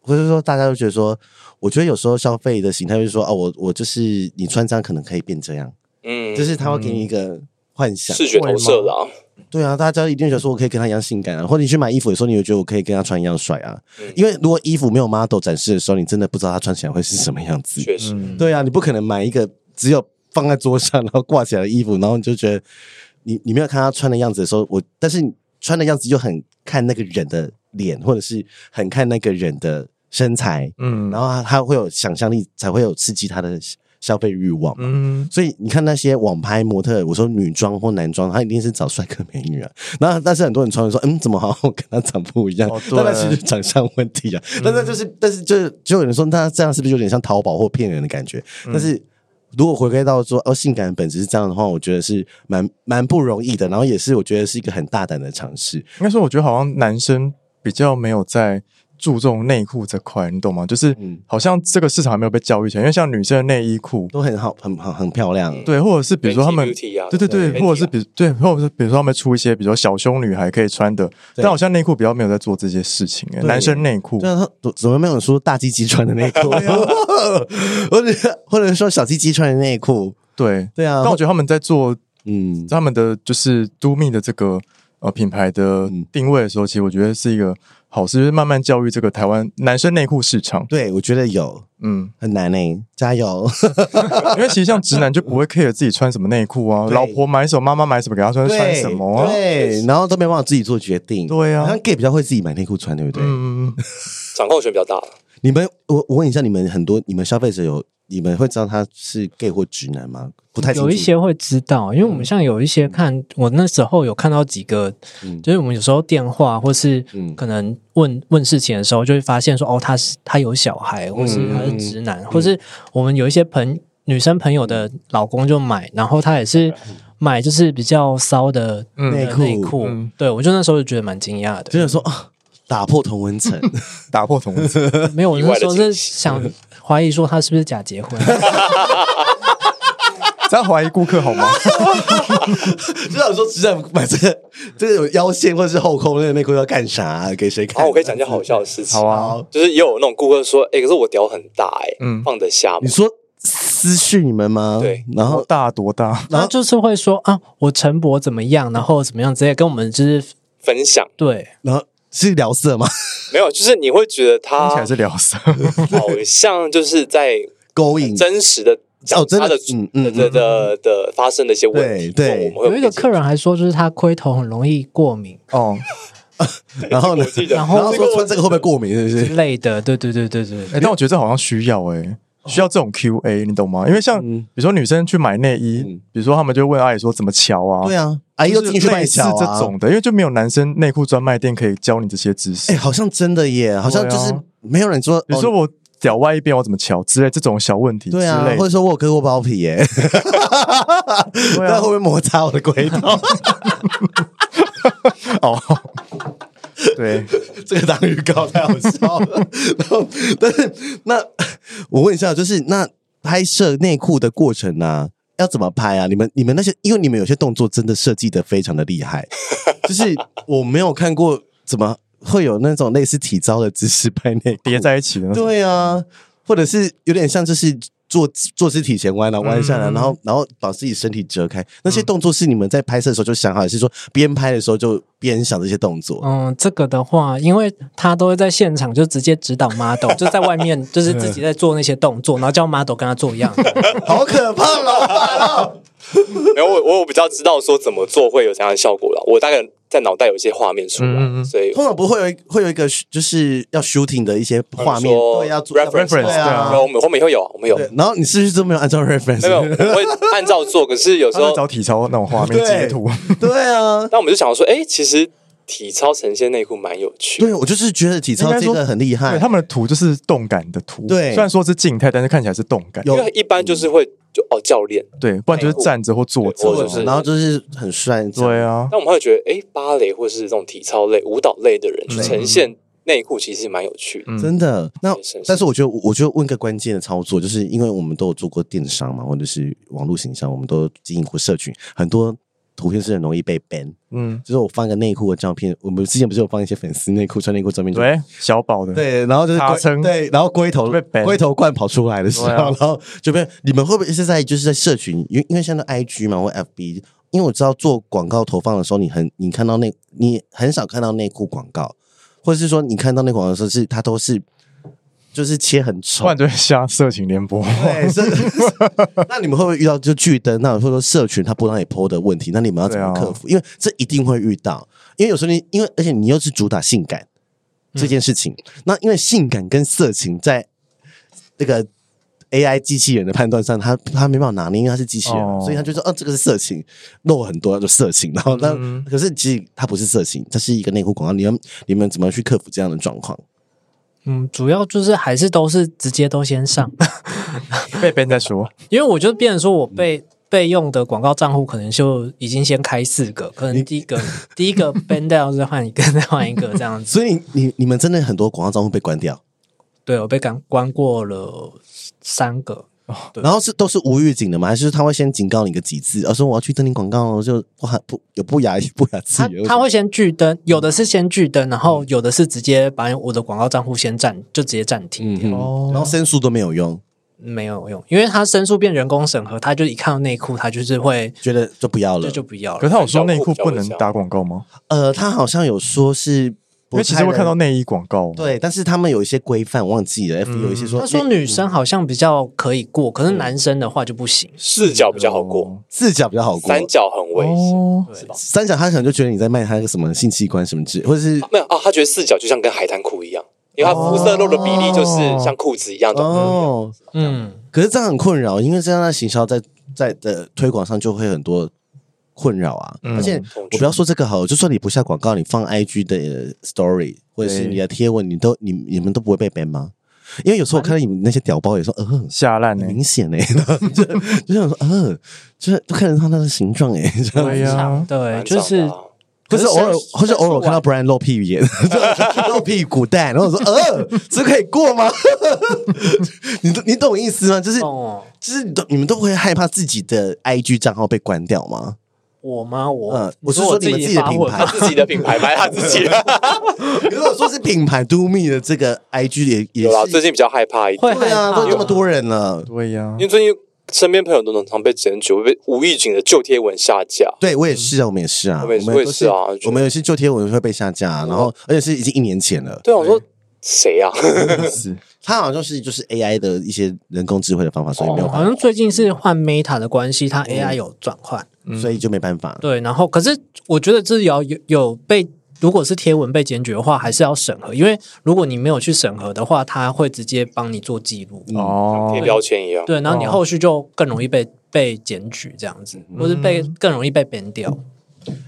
或者说大家都觉得说，我觉得有时候消费的形态就是说，哦，我我就是你穿这样可能可以变这样， 嗯，就是他会给你一个幻想，视觉投射啦。对啊，大家一定觉得说我可以跟他一样性感啊，或者你去买衣服的时候，你也觉得我可以跟他穿一样帅啊。嗯因为如果衣服没有 model 展示的时候，你真的不知道他穿起来会是什么样子。确实，嗯对啊，你不可能买一个只有放在桌上然后挂起来的衣服，然后你就觉得你你没有看他穿的样子的时候，我但是你穿的样子就很看那个人的脸，或者是很看那个人的身材，嗯然后他他会有想象力，才会有刺激他的消费欲望。嗯，所以你看那些网拍模特，我说女装或男装，他一定是找帅哥美女啊。 然后，但是很多人穿的说，嗯，怎么好像我跟他长不一样？哦对嗯但那其实是长相问题啊。但是就是，但是就是，就有人说，那这样是不是有点像淘宝或骗人的感觉？嗯但是如果回归到说，哦，性感的本质是这样的话，我觉得是蛮蛮不容易的。然后也是我觉得是一个很大胆的尝试。应该说我觉得好像男生比较没有在注重内裤这块，你懂吗？就是嗯好像这个市场还没有被教育起来，因为像女生的内衣裤，都很好，很很很漂亮。对，或者是比如说他们 Fenty。Beauty 啊对对对， Fenty 啊或者是比对，或者是比如说他们出一些，比如说小胸女孩可以穿的，但好像内裤比较没有在做这些事情、欸，对男生内裤对，啊，他怎么没有人说大鸡鸡穿的内裤？啊 或者或者说小鸡鸡穿的内裤？对。对啊，但我觉得他们在做嗯，他们的就是都密的这个呃品牌的嗯定位的时候，其实我觉得是一个好事，就是慢慢教育这个台湾男生内裤市场。对，我觉得有嗯，很难呢、加 油！因为其实像直男就不会 care 自己穿什么内裤啊，对老婆买什么，妈妈买什么，给他穿穿什么啊？对，然后都没办法自己做决定。对啊好像 gay 比较会自己买内裤穿，对不对？嗯， 掌控权比较大。你们，我我问一下，你们很多你们消费者有你们会知道他是 gay 或直男吗？不太清楚有一些会知道，因为我们像有一些看，我那时候有看到几个，嗯就是我们有时候电话或是嗯可能问问事情的时候，就会发现说，哦，他是他有小孩，或是他是直男，或是我们有一些朋女生朋友的老公就买，然后他也是买就是比较骚的嗯的内裤内裤嗯，对我就那时候就觉得蛮惊 讶就的，是说啊，打破同温 层，打破同子，没有，我意外那的时候惊是喜想怀疑说他是不是假结婚。 这样怀疑顾客好 吗？就想说直男买这个这个有腰线或者是后空那个内裤要干啥、啊给谁看？哦然后我可以讲一件好笑的事情好，啊，好，就是也有那种顾客说，哎，可是我屌很大，哎嗯，放得下你吗？说私讯你们吗？对，然后多大多大？然后就是会说啊，我陈博怎么样，然后怎么样之类，跟我们就是分享对，然后是聊色吗？ 没有，就是你会觉得听他起来是聊色，好像就是在勾引真实的嗯讲哦真的他的嗯嗯的的的的发生的一些问题，对我对们会有一个理解客人还说，就是他龟头很容易过敏哦，然后呢？我记得然然后后说穿这个会不会过敏？是不之是？类的，对对对对对哎，但我觉得这好像需要哎。需要这种 Q&A，你懂吗？因为像嗯比如说女生去买内衣，嗯比如说他们就会问阿姨说怎么瞧啊，对啊，阿姨又进去卖是巧这啊。种的，因为就没有男生内裤专卖店可以教你这些知识。哎，好像真的耶，好像就是没有人说，比如啊说哦我屌外一边，我怎么瞧之类这种小问题之对啊，类或者的，说我有割过包皮耶，对 那啊会不会摩擦我的龟头？哦，对， 这个当预告太好笑了。 然后，但是那我问一下，就是那拍摄内裤的过程呢、要怎么拍啊？你们你们那些，因为你们有些动作真的设计的非常的厉害， 就是我没有看过怎么会有那种类似体操的姿势拍那个，叠在一起的那种，对啊，或者是有点像就是坐坐姿体前弯啊，弯下来，嗯然后然后把自己身体折开，那些动作是你们在拍摄的时候就想好，还是说边拍的时候就边想这些动作？哦嗯，这个的话，因为他都会在现场就直接指导 model，就在外面就是自己在做那些动作，然后叫 model 跟他做 一样的。好可怕，老板哦！没有我我有比较知道说怎么做会有怎样的效果了，我大概在脑袋有一些画面出来，嗯嗯嗯所以通常不会有一会有一个就是要 shooting 的一些画面，说对，要做 reference 对嘛然啊后。我们后面会有啊，我们有，对，然后你是不是都没有 按照没有，我 reference？会按照做，可是有时他在候找体操那种画面对截图，对啊，但我们就想说，哎，其实体操呈现内裤蛮有趣的，对我哦就是觉得体应操该这说个很厉害对，他，们的图就是动感的图，对虽然说是静态，但是看起来是动感，有因为一般就是会就哦教练，对，不然就是站着或坐对或着者，是哦然后就是很帅，对啊，但我们会觉得，哎，芭蕾或是这种体操类、舞蹈类的人嗯去呈现内裤，其实蛮有趣的。嗯真的。那是是但是我觉得，我觉得问个关键的操作，就是因为我们都有做过电商嘛，或者是网络形象，我们都经营过社群，很多图片是很容易被 ban。嗯，就是我放一个内裤的照片，我们之前不是有放一些粉丝内裤穿内裤照片，就对，小宝的，对，然后就是卡龟称对，然后龟头被 ban 龟头罐跑出来的时候，对啊然后就被你们会不会是在就是在社群，因为因为现在 I G 嘛或 F B，因为我知道做广告投放的时候，你很你看到内你很少看到内裤广告，或者是说你看到内裤广告的时候是它都是就是切很丑不，然就会下色情联 播，对，是。 那你们会不会遇到就巨灯，那或者说社群它不让你 PO 的问题？那你们要怎么啊克服？因为这一定会遇到，因为有时候你因为而且你又是主打性感这件事情，嗯那因为性感跟色情在那个。AI 机器人的判断上，它它没办法拿捏，因为它是机器人嘛，哦所以它就说，哦，这个是色情，肉很多就色情。然后那、嗯可是其实它不是色情，它是一个内裤广告。你们你们怎么去克服这样的状况？嗯，主要就是还是都是直接都先上， 被别人在说，因为我就变成说我被。备用的广告账户可能就已经先开四个，可能第一个 第一个 ban 掉，再换一个，再换一个这样子。所以你你们真的很多广告账户被关掉，对我被赶关过了三个，对然后是都是无预警的吗？还是他会先警告你个几次，啊而、说我要去登你广告，就哇不有不雅 不雅字他眼？他会先拒登，嗯有的是先拒登，然后有的是直接把我的广告账户先暂，就直接暂停嗯掉，哼，哦然后申诉都没有用，没有用，因为他申诉变人工审核，他就一看到内裤，他就是会觉得就不要这了。就不要可是了。他有说内裤不能打广告吗？呃，他好像有说是因不太能，为其实会看到内衣广告，对，但是他们有一些规范，忘记了。F 嗯有一些说，他说哎女生好像比较可以过，嗯可是男生的话就不行。视角比较好过，四角比较好过，三角很危险，哦，对是吧？三角他可能就觉得你在卖他一个什么性器官什么之，或者是没有啊，他觉得四角就像跟海滩裤一样，因为它肤色肉的比例就是像裤子一样的。哦，嗯，可是这样很困扰，因为这样的行销在在的推广上就会很多困扰啊。嗯而且我不要说这个好了，就算你不下广告，你放 IG 的呃 story 或者是你的贴文，你都你你们都不会被 ban 吗？因为有时候我看到你们那些屌包也说，呃，很下烂呢，明显哎、欸， 就就想说，呃，就是都看得到它的形状哎、欸， 这样对呀，对，蛮就爽的是啊或是偶尔可是，或是偶尔我看到但 Brian 露屁眼， 露屁股蛋，然后我说，呃，这可以过吗？ 你你懂我意思吗？就是哦，就是你都你们都会害怕自己的 IG 账号被关掉吗？ 我吗？我、嗯我是说说我你们自己的发品问 牌 他吧自己的品牌买他自己的，如果说是品牌 Do Me 的这个 IG 也也有啦，是，最近比较害怕一点，会对啊，害怕都那么多人了，对呀因，为最近身边朋友都能常被检举，被无预警的旧贴文下架。对我也是啊，我们也是啊，我们也是都是我也是啊嗯我们有些旧贴文会被下架，然后而且是已经一年前了。对啊，我说谁啊？是它好像是就是 AI 的一些人工智慧的方法，所以没有哦，办好像最近是换 Meta 的关系，它嗯 AI 有转换。嗯法，所以就没办法。对，然后可是我觉得这要有有被，如果是贴文被检举的话，还是要审核，因为如果你没有去审核的话，他会直接帮你做记录，哦贴，标签一样。对，然后你后续就更容易被被检举这样子，或是被更容易被 ban 掉。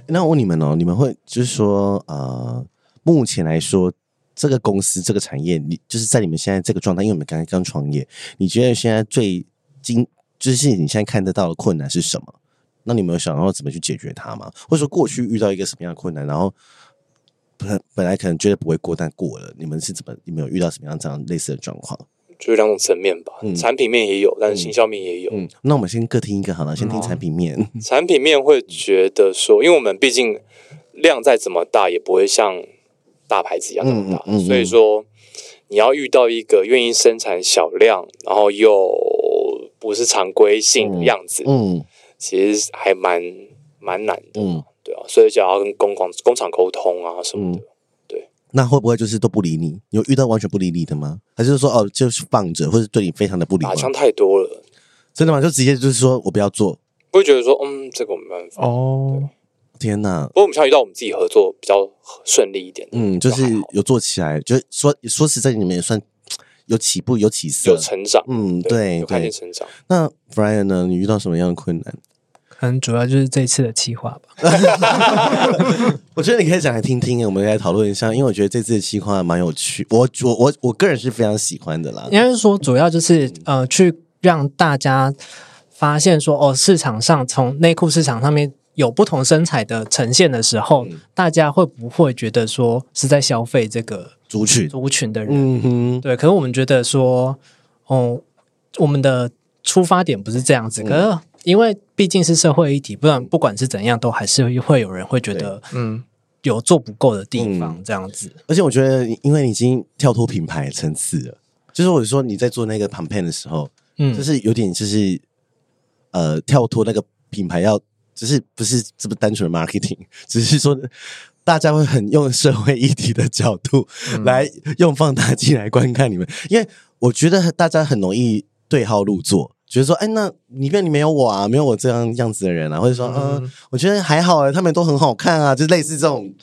那我问你们哦，你们会就是说，呃，目前来说，这个公司这个产业，你就是在你们现在这个状态，因为我们刚才刚创业，你觉得现在最经就是你现在看得到的困难是什么？那你们有想要怎么去解决它吗？或者说过去遇到一个什么样的困难，然后本本来可能觉得不会过，但过了，你们是怎么？你们有遇到什么样这样类似的状况？就是两种层面吧嗯，产品面也有，但是行销面也有。嗯，那我们先各听一个好了，先听好产品面。产品面会觉得说，因为我们毕竟量再怎么大，也不会像大牌子一样那么大，嗯嗯嗯嗯所以说你要遇到一个愿意生产小量，然后又不是常规性的样子，嗯其实还蛮蛮难的，嗯，对啊，所以就要跟工厂工厂沟通啊什么的。那会不会就是都不理你？有遇到完全不理你的吗？还是说哦，就是放着，或者对你非常的不礼貌打？枪太多了，真的吗？就直接就是说我不要做。不会觉得说，嗯，这个我没办法。哦，天哪，不过我们现在遇到我们自己合作比较顺利一点的，嗯，就是还好有做起来，就是说说实在，你们也算有起步，有起色有。成长，嗯，对有看对。见成长。那 Brian 呢？你遇到什么样的困难？可能主要就是这次的企划吧。我觉得你可以讲来听听，我们来讨论一下，因为我觉得这次的企划蛮有趣，我我我我个人是非常喜欢的啦。应该是说，主要就是呃，去让大家发现说，哦，市场上从内裤市场上面有不同身材的呈现的时候，大家会不会觉得说是在消费这个族群，族群的人？嗯哼，对，可是我们觉得说，哦，我们的出发点不是这样子，可嗯是因为毕竟是社会议题，不然不管是怎样，都还是会有人会觉得嗯，有做不够的地嗯方，这样子。而且我觉得，因为你已经跳脱品牌层次了，就是我说你在做那个 campaign 的时候，嗯，就是有点就是呃跳脱那个品牌要，就是不是这么单纯的 marketing，只是说大家会很用社会议题的角度来用放大镜来观看你们，因为我觉得大家很容易对号入座。觉得说，哎，那里面你没有我啊，没有我这样样子的人啊，或者说，嗯、我觉得还好啊，他们都很好看啊，就类似这种。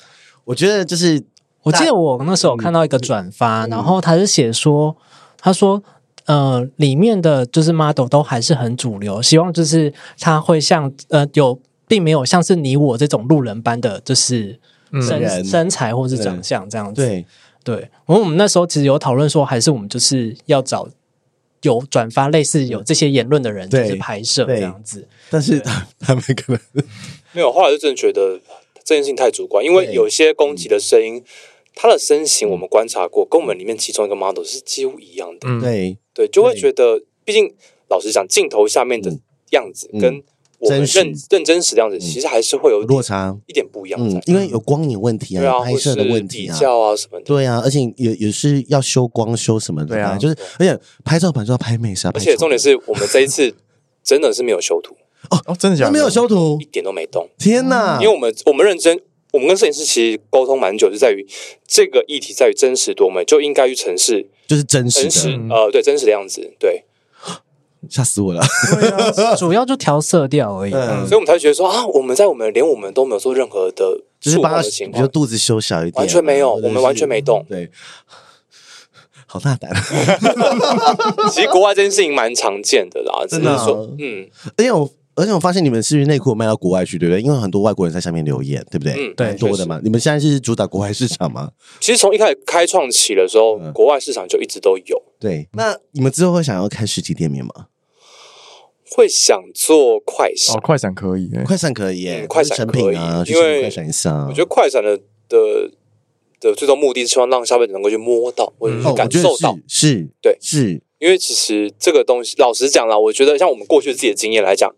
我觉得就是我记得我那嗯时候有看到一个转发，然后他是写说，他说。呃，里面的就是 model 都还是很主流，希望就是他会像呃有，并没有像是你我这种路人般的，就是嗯身、人身材或是对长相这样子。嗯对，对，我们我们那时候其实有讨论说，还是我们就是要找有转发类似有这些言论的人，就对是拍摄对这样子。但是他他们可能没有，后来就真的觉得这件事情太主观，因为对嗯有些攻击的声音，他的身形我们观察过，跟我们里面其中一个 model 是几乎一样的，嗯对对，就会觉得，毕竟老实讲，镜头下面的样子嗯跟我们真实认认真实的样子，其实还是会有落差，一点不一样嗯在，，因为有光影问题啊，对啊，有拍或摄是的问比题啊，较啊什么的，对啊，而且也也是要修光修什么的，对啊就是而且拍照版就要拍美啥，而且重点是是我们这一 次真的是没有修图，哦，真的假的？没有修图一，点都没动，天哪！因为我们我们认真，我们跟摄影师其实沟通蛮久，就在于这个议题在于真实多美，就应该去城市就是真实真实的，嗯呃对真实的样子，对，吓死我了。主要就调色调而已。嗯所以我们才会觉得说啊，我们在我们连我们都没有做任何的就是触把碰它，的比情如况，肚子修小一点啊，完全没有或者是我们完全没动对，好大胆。啊其实国外这件事情蛮常见的啦，只真是的啊说嗯 而且我，而且我发现你们是不是内裤有卖到国外去，对不对？因为很多外国人在下面留言，对不对？嗯，对蛮多的嘛。你们现在是主打国外市场吗？其实从一开始开创起的时候嗯，国外市场就一直都有。对。那你们之后会想要开实体店面吗？会想做快闪哦，，快闪可以，哎快闪可以耶，嗯或快是闪成可品啊，以去因为快闪一下啊。我觉得快闪的的的最终目的是希望让消费者能够去摸到或者嗯是哦，我感觉得受是到，是，对是，因为其实这个东西，老实讲啦，我觉得像我们过去自己的经验来讲，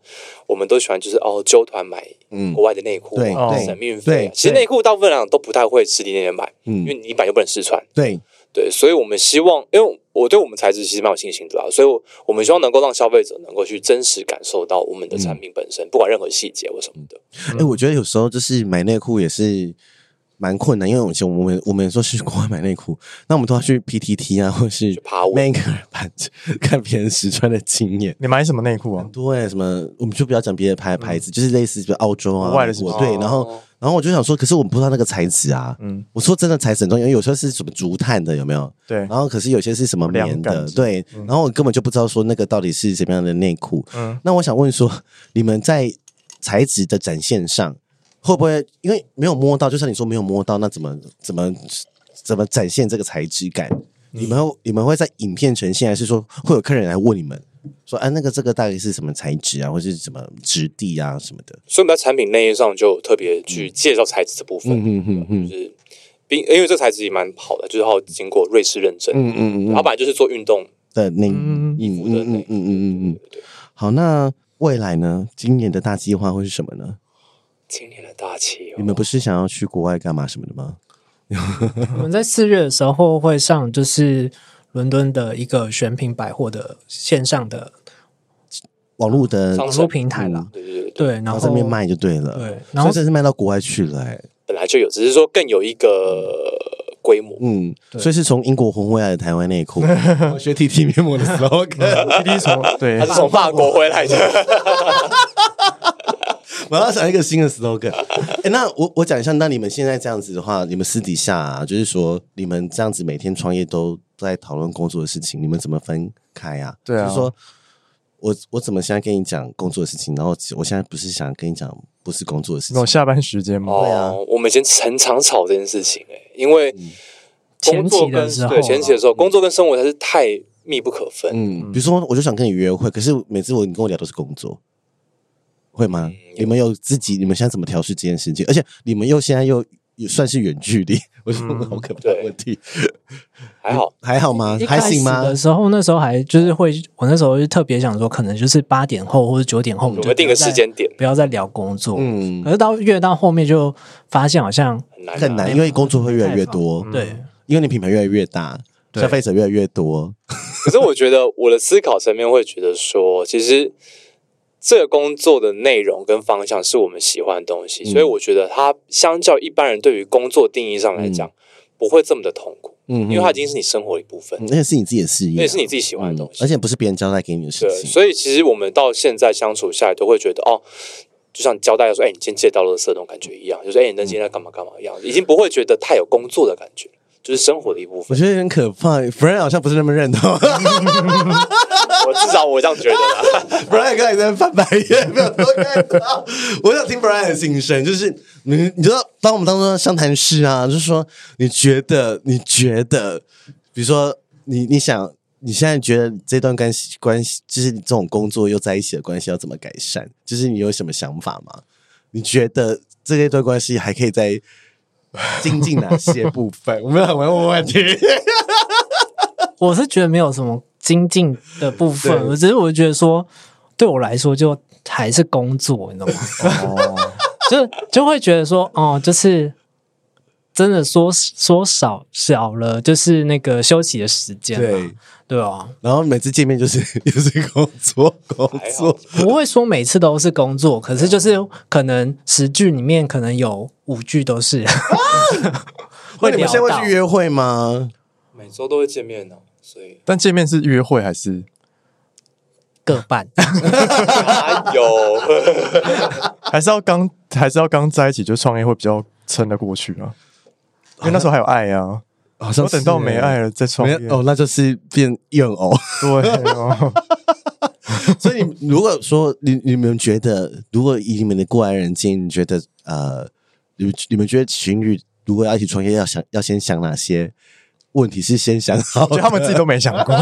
我们都喜欢就是哦揪团买嗯国外的内裤对啊，对省运费对啊。其实内裤大部分来讲都不太会实体店面买，因为嗯，你买又不能试穿，对，对，所以我们希望，因为我对我们材质其实蛮有信心的啦，所以我我们希望能够让消费者能够去真实感受到我们的产品本身，嗯不管任何细节或什么的。嗯哎，我觉得有时候就是买内裤也是蛮困难，因为以前我们我们说是国外买内裤， 那我们都要去 PTT 啊，或是爬文 Maker 版看别人实穿的经验。你买什么内裤啊很？多哎、什么我们就不要讲别的牌牌子，就是类似比如澳洲嗯啊、国外的是不美是国对，然后哦然后我就想说，可是我们不知道那个材质啊。嗯，我说真的材质很重要，因为有时候是什么竹炭的，有没有？对然，后可是有些是什么棉凉感的，之对，然后我根本就不知道说那个到底是什么样的内裤。嗯那我想问说，你们在材质的展现上，会不会因为没有摸到，就像你说没有摸到，那怎么怎么怎么展现这个材质感？你们会你们会在影片呈现，还是说会有客人来问你们说，哎、那个这个大概是什么材质啊，或是什么质地啊什么的？所以我们在产品内页上就有特别去介绍材质这部分，嗯嗯嗯就是并因为这个材质也蛮好的，就是它有经过瑞士认证，嗯嗯嗯老板就是做运动的那嗯嗯嗯嗯服的那嗯嗯嗯嗯嗯。好，那未来呢？今年的大计划会是什么呢？今年的大气、哦，你们不是想要去国外干嘛什么的吗？我嗯们在四月的时候会上就是伦敦的一个选品百货的线上的网络的上网络平台啦，对对对对，对，然嗯然后后这边，卖就对了，对，然然后后真是卖到国外去了、欸，本来就有，只是说更有一个规模。嗯，对所以是从英国混回来的台湾内裤， 我学 T T 面膜的 slogan， T T 从对他是从法国回来的，我要想一个新的 slogan。哎、 那我我讲一下，那你们现在这样子的话，你们私底下、啊、就是说，你们这样子每天创业都在讨论工作的事情，你们怎么分开啊？对啊就是说我我怎么现在跟你讲工作的事情，然后我现在不是想跟你讲不是工作的事那情种，下班时间嘛，对啊嗯哦，我们以前很常吵这件事情、欸，因为工作前期的跟时候嗯对前期的时候，工作跟生活才是太密不可分。嗯，比如说，我就想跟你约会，可是每次我你跟我聊都是工作，会嗯吗？你们有自己，你们现在怎么调试这件事情？而且你们又现在又又算是远距离，我觉嗯得好可怕的问题，还好，还好吗一？还开始行吗？的时候，那时候还就是会，我那时候就特别想说，可能就是八点后或者九点后，我嗯我就们定个时间点不要再，不要再聊工作。嗯可，是到越到后面就发现好像很难啊很难，因为工作会越来越多，嗯对因为你品牌越来越大，对消费者越来越多，可是我觉得我的思考层面会觉得说，其实这个工作的内容跟方向是我们喜欢的东嗯西，所以我觉得它相较一般人对于工作定义上来讲，不会这么的痛苦，嗯哼，因为它已经是你生活的一部分嗯，那也是你自己的事业啊，那也是你自己喜欢的东西而。且不是别人交代给你的事对，情，所以其实我们到现在相处下来，都会觉得哦，就像交代说，哎、你今天借到垃圾那种感觉一样，就是哎、你那今天在干嘛干嘛一样，已经不会觉得太有工作的感觉，就是生活的一部我 分。觉得有点可怕。Brian 好像不是那么认同我至少我这样觉得啦。 ，Brian 刚才在翻白眼，没有偷看到。啊我想听 Brian 的心声，就是你，你知道，当我们当中相谈室啊，就是说，你觉得，你觉得，比如说，你你想，你现在觉得这段关系关系，就是你这种工作又在一起的关系要怎么改善？就是你有什么想法吗？你觉得这一段关系还可以再精进哪些部分？我们很会问问题。我是觉得没有什么精进的部分，对我只是我觉得说，对我来说就还是工作，你知道吗？哦 就就会觉得说，哦，就是真的说说少少了，就是那个休息的时间，对，对啊， 然后每次见面就是又是工作工还好作，不会说每次都是工作，可是就是可能十句里面可能有五句都是 会哦 那你聊们现在到会去约会吗？ 每周都会见面呢、所 以但见面是约会还是？各半，哪有？还是要刚还是要刚在一起就创业会比较撑得过去啊，因为那时候还有爱呀、好我等到没爱了，了再创没业。哦，那就是变怨 偶。对哦，所以你如果说你你们觉得，如果以你们的过来人经验，你觉得呃，你们你们觉得情侣如果要一起创业，要想要先想哪些问题是先想好我觉的？得他们自己都没想过，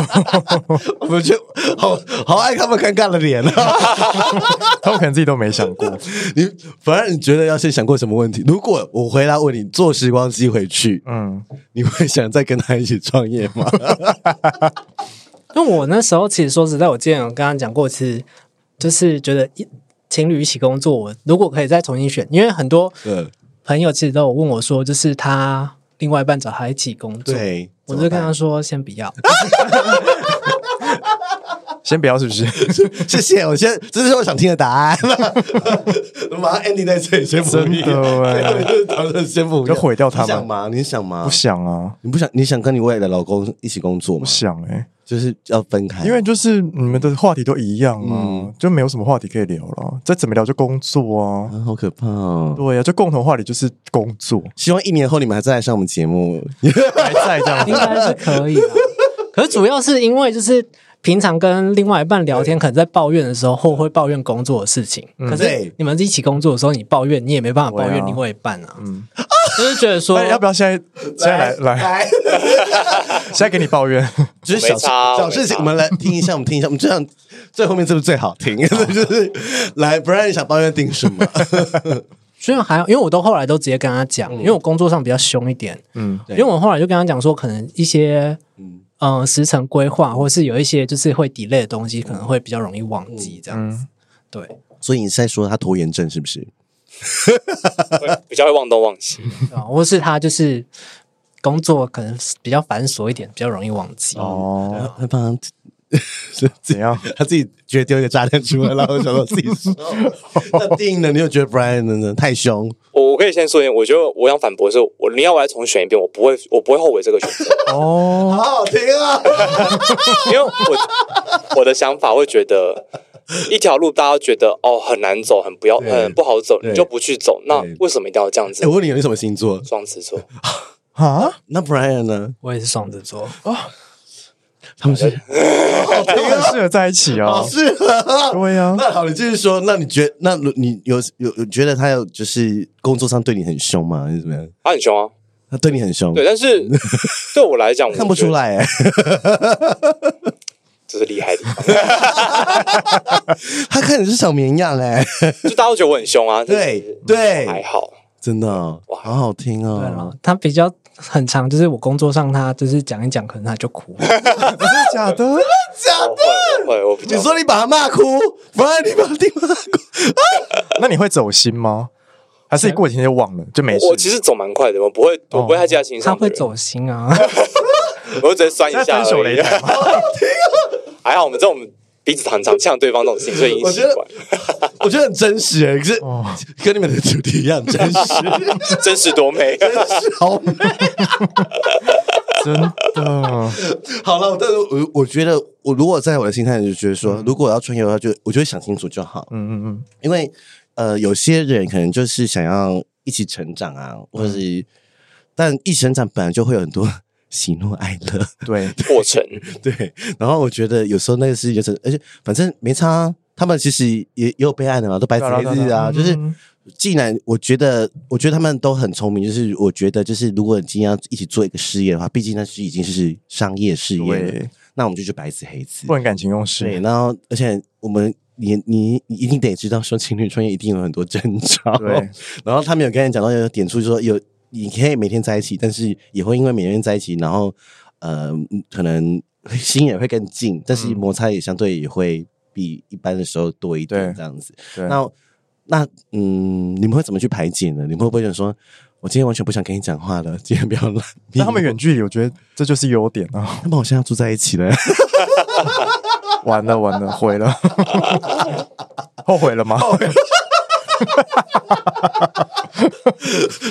我觉得好好爱他们尴尬的脸啊！他们可能自己都没想过。 你反正你觉得要先想过什么问题？如果我回答问你，坐时光机回去，嗯，你会想再跟他一起创业吗？因为我那时候其实说实在，我之前有跟他讲过，其实就是觉得一情侣一起工作，我如果可以再重新选，因为很多 对朋友其实都有问我说，就是他另外一半找他一起工作，对，我就跟他说先不要，先不要是不是？ 谢谢，我先这是我想听的答 案。马上 ending 在这里，先不真的 哎就是讨论先不就毁掉他们你想吗？你想吗？不想啊，你不想？你想跟你未来的老公一起工作吗不？想哎、就是要分开，因为就是你们的话题都一样啊，就没有什么话题可以聊了。再怎么聊就工作啊，啊，好可怕哦！对呀、啊，就共同话题就是工作，希望一年后你们还再来上我们节目。还在这样应子。该是可以的。可是主要是因为就是平常跟另外一半聊天，可能在抱怨的时候或会抱怨工作的事情，可对是你们一起工作的时候，你抱怨你也没办法抱嗯对怨啊另外一半啊，就是觉得说那哎要不要现在现在来来，来， 现在给你抱怨？ 就是小没差小事情，没差我们来听一下，我们听一下，我们这样最后面是不是最好 听？就是来，不然你想抱怨定什么？虽然还好，因为我都后来都直接跟他讲，因为我工作上比较凶一点，嗯，因为我后来就跟他讲说，可能一些嗯、呃时程规划，或是有一些就是会 delay 的东西，可能会比较容易忘记这样子。对， 所以你是在说他拖延症是不 是？会 比较会忘东忘西。啊， 或是他就是工作可能比较繁琐一点，比较容易忘记。哦，他帮他怎样？他自己觉得丢一个炸弹出来，然后想到自己 说那定了，你有觉得 Brian 真的太凶？我我可以先说一点，我觉得我想反驳的是，我你要我来重选一遍，我不会，我不会后悔这个选择， 哦，好好听啊！ 因为我我的想法会觉得。一条路，大家觉得哦很难走，很不要，对很不好走，对你就不去走。那对为什么一定要这样子哎，？我问你，你什么星座？双子座，啊，那 Brian 呢？我也是双子座，他们是他们很适合在一起啊好，适合啊。对 呀，那好，你继续说。那你觉那你有有有觉得他有就是工作上对你很凶吗？还是怎么样？他很凶啊，他对你很凶对。，但是 对我来讲，我看不出觉得来、欸，这是厉害的地方，他看你是小绵羊哎、就大家都觉得我很凶啊，但是对对，还好。真的哦、哇好好听对了哦。，他比较很长，就是我工作上他就是讲一讲，可能他就哭了。假的，我会，我会，我比你较说你把他骂哭，不然你把他骂哭， 那你会走心吗？还是你过几天就忘了，就没事？我其实走蛮快的，我不会，我不哦会太记在心他上。会，走心啊， 我就直接酸一在下分手而已擂。台吗？ 还好我们这种彼此常常呛对方这种事情，所以已经习我惯。我觉得很真实哎、可是哦跟你们的主题一样真实，真实多 美，好美。真的，好了，但是我我觉得，我如果在我的心态，就觉得说，如果我要穿越的话，就我就会想清楚就好。嗯嗯嗯，因为呃，有些人可能就是想要一起成长啊，或者是，但一起成长本来就会有很多喜怒哀乐， 对，过程对。然后我觉得有时候那个事情就是，而且反正没差啊、他们其实也也有被爱的嘛，都白纸黑字啊。就是嗯既然我觉得，我觉得他们都很聪明，就是我觉得就是如果你今天要一起做一个事业的话，毕竟那是已经是商业事业了对，那我们就去白纸黑字不。能啊感情用对，事，然后而且我们你你你一定得知道，说情侣创业一定有很多争吵。对， 然后他们有跟你讲到有点出说有，你可以每天在一起，但是也会因为每天在一起，然后呃，可能心也会更近，但是嗯摩擦也相对也会比一般的时候多一点对这样子。对，那那嗯，你们会怎么去排解呢？你们会不会想说，我今天完全不想跟你讲话了，今天不要来？但他们远距离，我觉得这就是优点啊！他们好像要住在一起了。完了完了，毁 了，后悔了吗？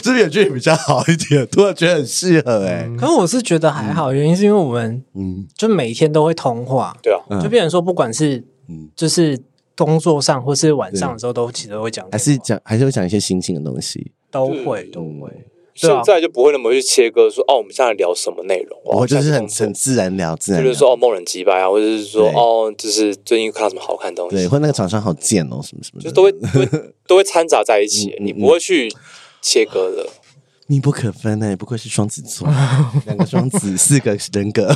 这边距离比较好一点，突然觉得很适合哎、可是我是觉得还好，原因是因为我们嗯就每天都会通话，对啊，嗯就变成说不管是嗯，就是工作上或是晚上的时候，都其实会讲电话，还是讲还是会讲一些心情的东西，都会嗯都会。对啊现在就不会那么去切割说哦，我们现在聊什么内容？啊我就是很深很，自然聊，自然就聊是说哦，梦人击败啊，或者是说对哦，就是最近看到什么好看的东对，西，或那个厂商好贱哦，什么什么就的，都会都会 都会掺杂在一嗯起，你不会去切割的。密不可分哎、不愧是双子座，两个双子，四个人格，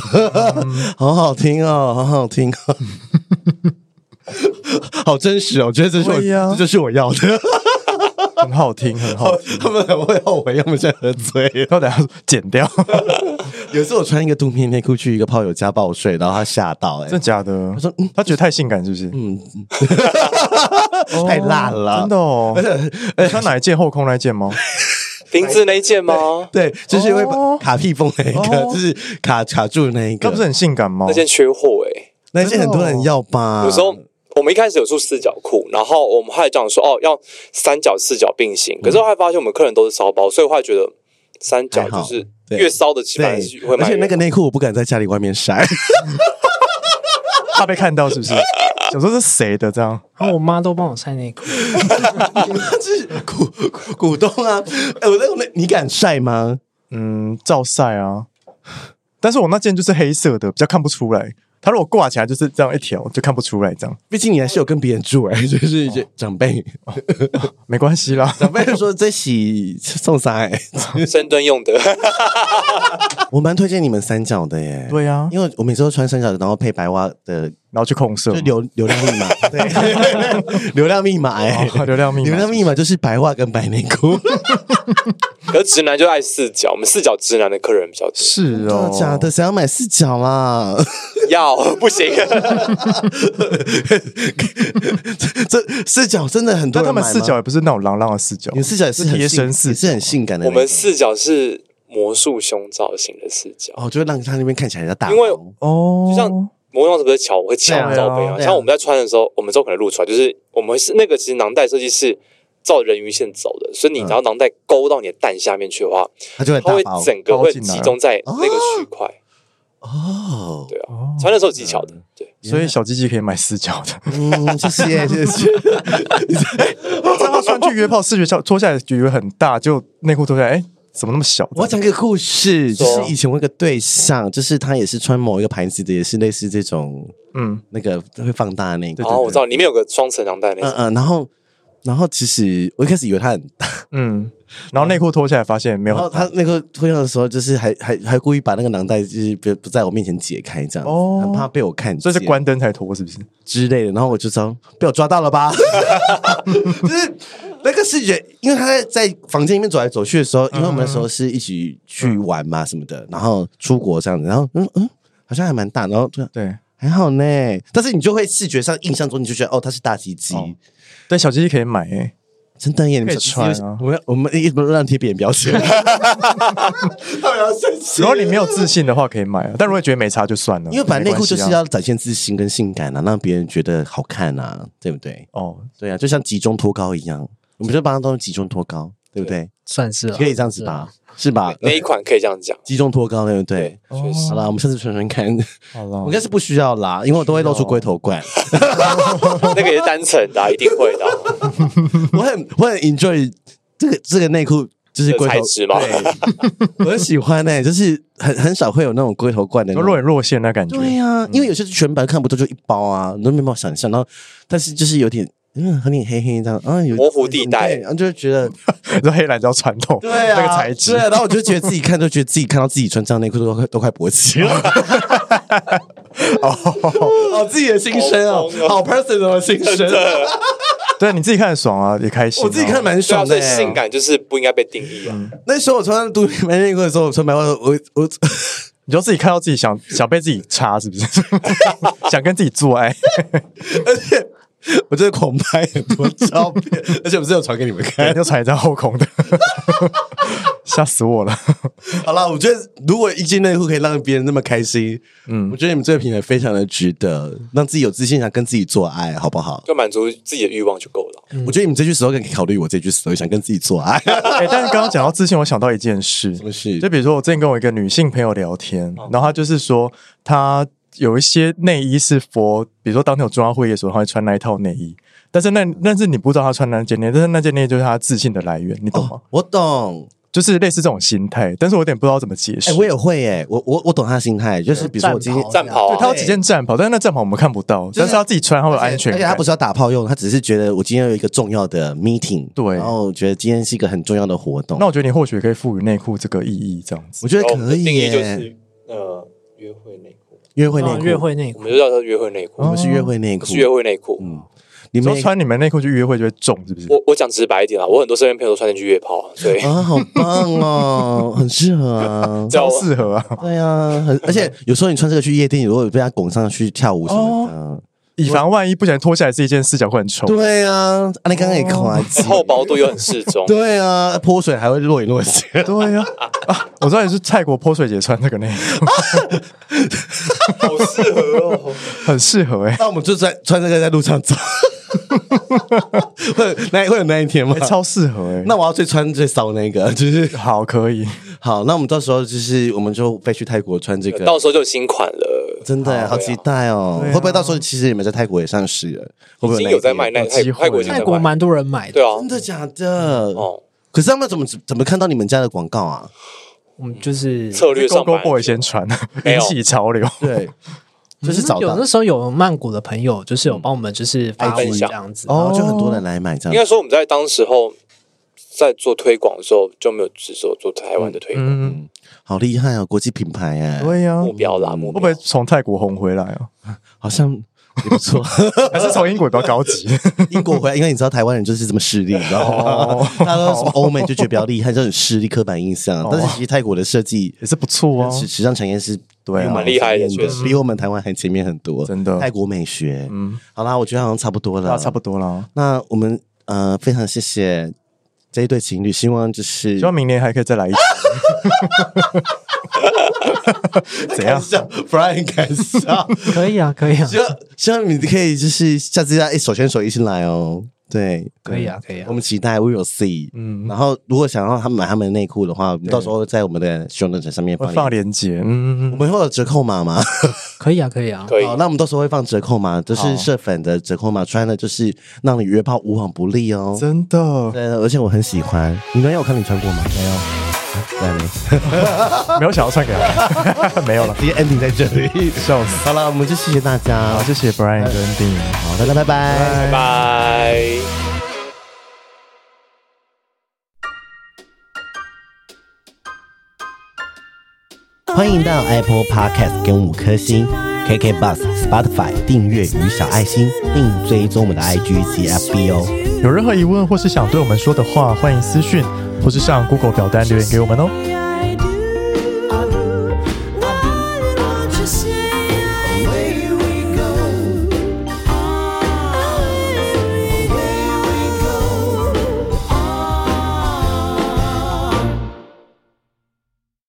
好好听哦，好好听哦。好真实哦，我觉得这是我，对呀这就是我要的。很好听，很好听。他们很会后悔，要么现在喝醉了。要等下剪掉，有一次我穿一个肚皮内裤去一个炮友家爆睡，然后他吓到哎、 真的假的？他说嗯他觉得太性感是不是？ 太辣了啦真的 哦。你穿哪一件？后空那一 件吗？林子那一件吗？对，就是会把哦卡屁缝那一个，哦就是卡卡住的那一个，那不是很性感吗那？件缺货哎、那些很多人要吧？有时候我们一开始有出四角裤，然后我们还讲说哦要三角四角并行，嗯可是后来发现我们客人都是骚包，所以我后来觉得三角还好就是对越骚的起对码是会，而卖越好。且那个内裤我不敢在家里外面晒， 怕被看到是不 是？想说是谁的这样？然后我妈都帮我晒内裤， 就是股股股东啊，哎，我在那你敢晒吗？嗯，照晒啊。但是我那件就是黑色的，比较看不出来。它如果挂起来就是这样一条，就看不出来这样，毕竟你还是有跟别人住哎、 就是就长辈，哦没关系啦。长辈说这洗送啥哎、深蹲用的， 我蛮推荐你们三角的耶， 对啊，因为我每次都穿三角的，然后配白袜的，然后去控色就嘛，流流量密码， 对， 流量密码哎、哦流量密码流量密码就是白袜跟白内裤，可是直男就爱四角，我们四角直男的客人比较多，是真哦的，假的？谁要买四角啦？要不行， 这四角真的很多但他人买们吗四角，也不是那种朗朗的四角，你四角也是很贴身性四也是角，很性感的那我种，们四角是魔术胸造型的四角，哦，就会让他那边看起来比较大方，因为哦，就像魔用是不是巧，我会翘对啊罩杯对啊。啊像我们在穿的时候，我们之后可能露出来，就是我们是那个其实囊袋设计是照人鱼线走的，所以嗯你只要囊袋勾到你的蛋下面去的话，他就会它大会包整个包会进来集中在那个区块。哦。对啊，哦穿的时候技巧的，对，所以小鸡鸡可以买四角的， 嗯，谢谢谢 谢。这样他穿去约炮，视觉效脱下来以为很大，就内裤脱下来，哎，怎么那么小？我要讲一个故事，就说是以前我有一个对象，就是他也是穿某一个牌子的，也是类似这种嗯，那个会放大的那对个然。哦后我知道里面有个双层囊袋嗯那种，嗯，然后然后其实我一开始以为他很大，嗯，然后内裤脱下来发现没有然后他那个脱掉的时候，就是还还还故意把那个囊袋就是不不在我面前解开这样，哦很怕被我看见，所以是关灯才脱，是不是？之类的，然后我就知道被我抓到 了吧，就是那个视觉，因为他在在房间里面走来走去的时候，嗯因为我们那时候是一起去玩嘛什么的，然后出国这样子，然后嗯嗯，好像还蛮大，然后突然对还好呢，但是你就会视觉上印象中你就觉得哦，它是大鸡鸡，哦对，小鸡鸡可以买，哎，真的耶，你可们以穿啊我们我们一直不让贴别人标签，如果你没有自信的话可以买啊，但如果你觉得没差就算了，因为本来没内裤关系就啊是要展现自信跟性感啊，让别人觉得好看啊，对不对？哦，对啊，就像集中脱高一样，我们就把它当成集中脱高，对不对？算是了可以这样子吧，是吧？哎那一款可以这样讲， 集中脱高，对不对？确实好啦，我们下次穿穿看。好了，我应该是不需要啦，因为我都会露出龟头冠。那个也是单层的啊，一定会的啊。我很我很 enjoy 这个这个内裤，就是龟头这个材质吗 啊对，我很喜欢呢、就是很很少会有那种龟头冠的那就种。若隐若现那感觉， 对啊呀、因嗯为有些是全白看不透，就一包啊，你都没办法想象。然后，但是就是有点，嗯，有点黑黑这样，啊，有模糊地带对然啊后就会觉 得，你说黑蓝叫传统，对啊，那个材质对、，啊，然后我就觉得自己看，就觉得自己看到自己穿这样内裤都快都快勃起 了。哦，自己的心声哦好疯，哦好 personal 的心声，啊对，你自己看得爽啊，也开心啊，我自己看蛮对啊，爽所的以欸。性感就是不应该被定义啊。那时候我穿独立白内裤的时候，我穿白袜，我我 你就自己看到自己想想被自己插，是不 是？想跟自己做爱，我真的狂拍很多照片， 而且我是有传给你们看。就踩在后空的， 吓死我了！ 好了，我觉得如果一件内裤可以让别人那么开心，嗯，我觉得你们这个品牌非常的值得，让自己有自信，想跟自己做爱，好不好？就满足自己的欲望就够了。我觉得你们这句 slogan 可以考虑我这句 slogan，想跟自己做爱，哎、但是刚刚讲到自信，我想到一件事，什么事就比如说我之前跟我一个女性朋友聊天，哦然后她就是说她有一些内衣是佛，比如说当天有重要会议的时候，她会穿那一套内衣，但是那但是你不知道她穿那件内衣，但是那件内衣就是她自信的来源，你懂吗？哦，我懂。就是类似这种心态，但是我有点不知道怎么解释。哎、我也会哎、我我我懂他的心态，就是比如说我今天战袍对啊她有几件战袍，但是那战袍我们看不到，但是她自己穿，她会有安全感。而且他不是要打炮用，他只是觉得我今天有一个重要的 meeting，对然后觉得今天是一个很重要的活动，那我觉得你或许可以赋予内裤这个意义，这样子。我觉得然后我们可的以定义耶、就是呃，约会内裤，约会内啊裤，约会内我裤，们就叫它约会内裤我，们是约会内不裤，是约会内裤。你你们说穿你们内裤去约会就会中，是不是？我我讲直白一点啊啦，我很多身边朋友都穿进去约炮啊，所以啊，好棒哦，很适合 。啊叫超我适合啊！对啊，很而且有时候你穿这个去夜店，如果被他拱上去跳舞什么的，以防万一不小心脱下来是一件四角会很丑。对啊，啊，你刚刚也夸厚张，。薄度又很适中对啊，泼水还会落一落去，对呀、啊，我知道你是泰国泼水节穿这个内裤，好适合哦。很适合哎、 那我们就穿穿这个在路上走， 会有那会有 那一天吗欸，？超适合哎、那我要最穿最骚那个，就是好可以，好，那我们到时候就是我们就飞去泰国穿这个，到时候就有新款了，真的好期待哦！对啊会不会到时候其实你们在泰国也上市了？会不会已经有在卖那一那天？泰机会泰国已经泰在国卖，蛮多人买的，对啊真，的假的？哦，可是他们怎么怎么看到你们家的广告啊？我们就是策略上 Go Go 蛮 Boy 先穿， 没引有起潮流。对，就是找嗯有到那时候有曼谷的朋友，就是有帮我们就是发文这样子，嗯哦，就很多人来买这应样该。说我们在当时候在做推广的时候就没有只做做台湾的推广嗯，嗯，好厉害哦，国际品牌哎，对呀，目会标啦，目不标嗯会从泰国红回来啊？好像也不错。还是从英国比较高级？英国回来，因为你知道台湾人就是这么势利，你知道吗 哦？大家都说欧美就觉得比较厉害，就很势利、刻板印象。啊但是其实泰国的设计也是不错啊，时时尚产业是对啊蛮蛮厉害的前面确实比我们台湾还前面很多。真的泰国美学，嗯，好啦，我觉得好像差不多那了，差不。多啦。那我们呃，非常谢谢这一对情侣，希望就是 希望明年还可以再来一次。 怎样？笑，Brian 敢笑，可以啊，可以啊，希望希望你可以就是下次要一手牵手一起来哦。对，可以啊，可以啊我。们期待 We will see。嗯，然后，如果想要他们买他们的内裤的话，我们到时候在我们的 show notes 上面会放放链。链接。嗯我，们会有折扣码吗？可以啊，可以啊，可以好，那我们到时候会放折扣码，就是好社粉的折扣码，穿的就是让你约炮无往不利哦。真的对，而且我很喜欢。你那天有看你穿过吗？没有。来嘞， 没有想要穿给 他，没有了，直接 ending 在这里。笑死。好了，我们就谢谢大家好，，谢谢 Brian 跟 Dean。好，大家拜拜。拜拜。欢迎到 Apple Podcast 给我们五颗星，KK Bus、Spotify 订阅与小爱心，并追踪我们的 IG 及 FB 哦。有任何疑问或是想对我们说的话，欢迎私讯或是上 Google 表单留言给我们哦。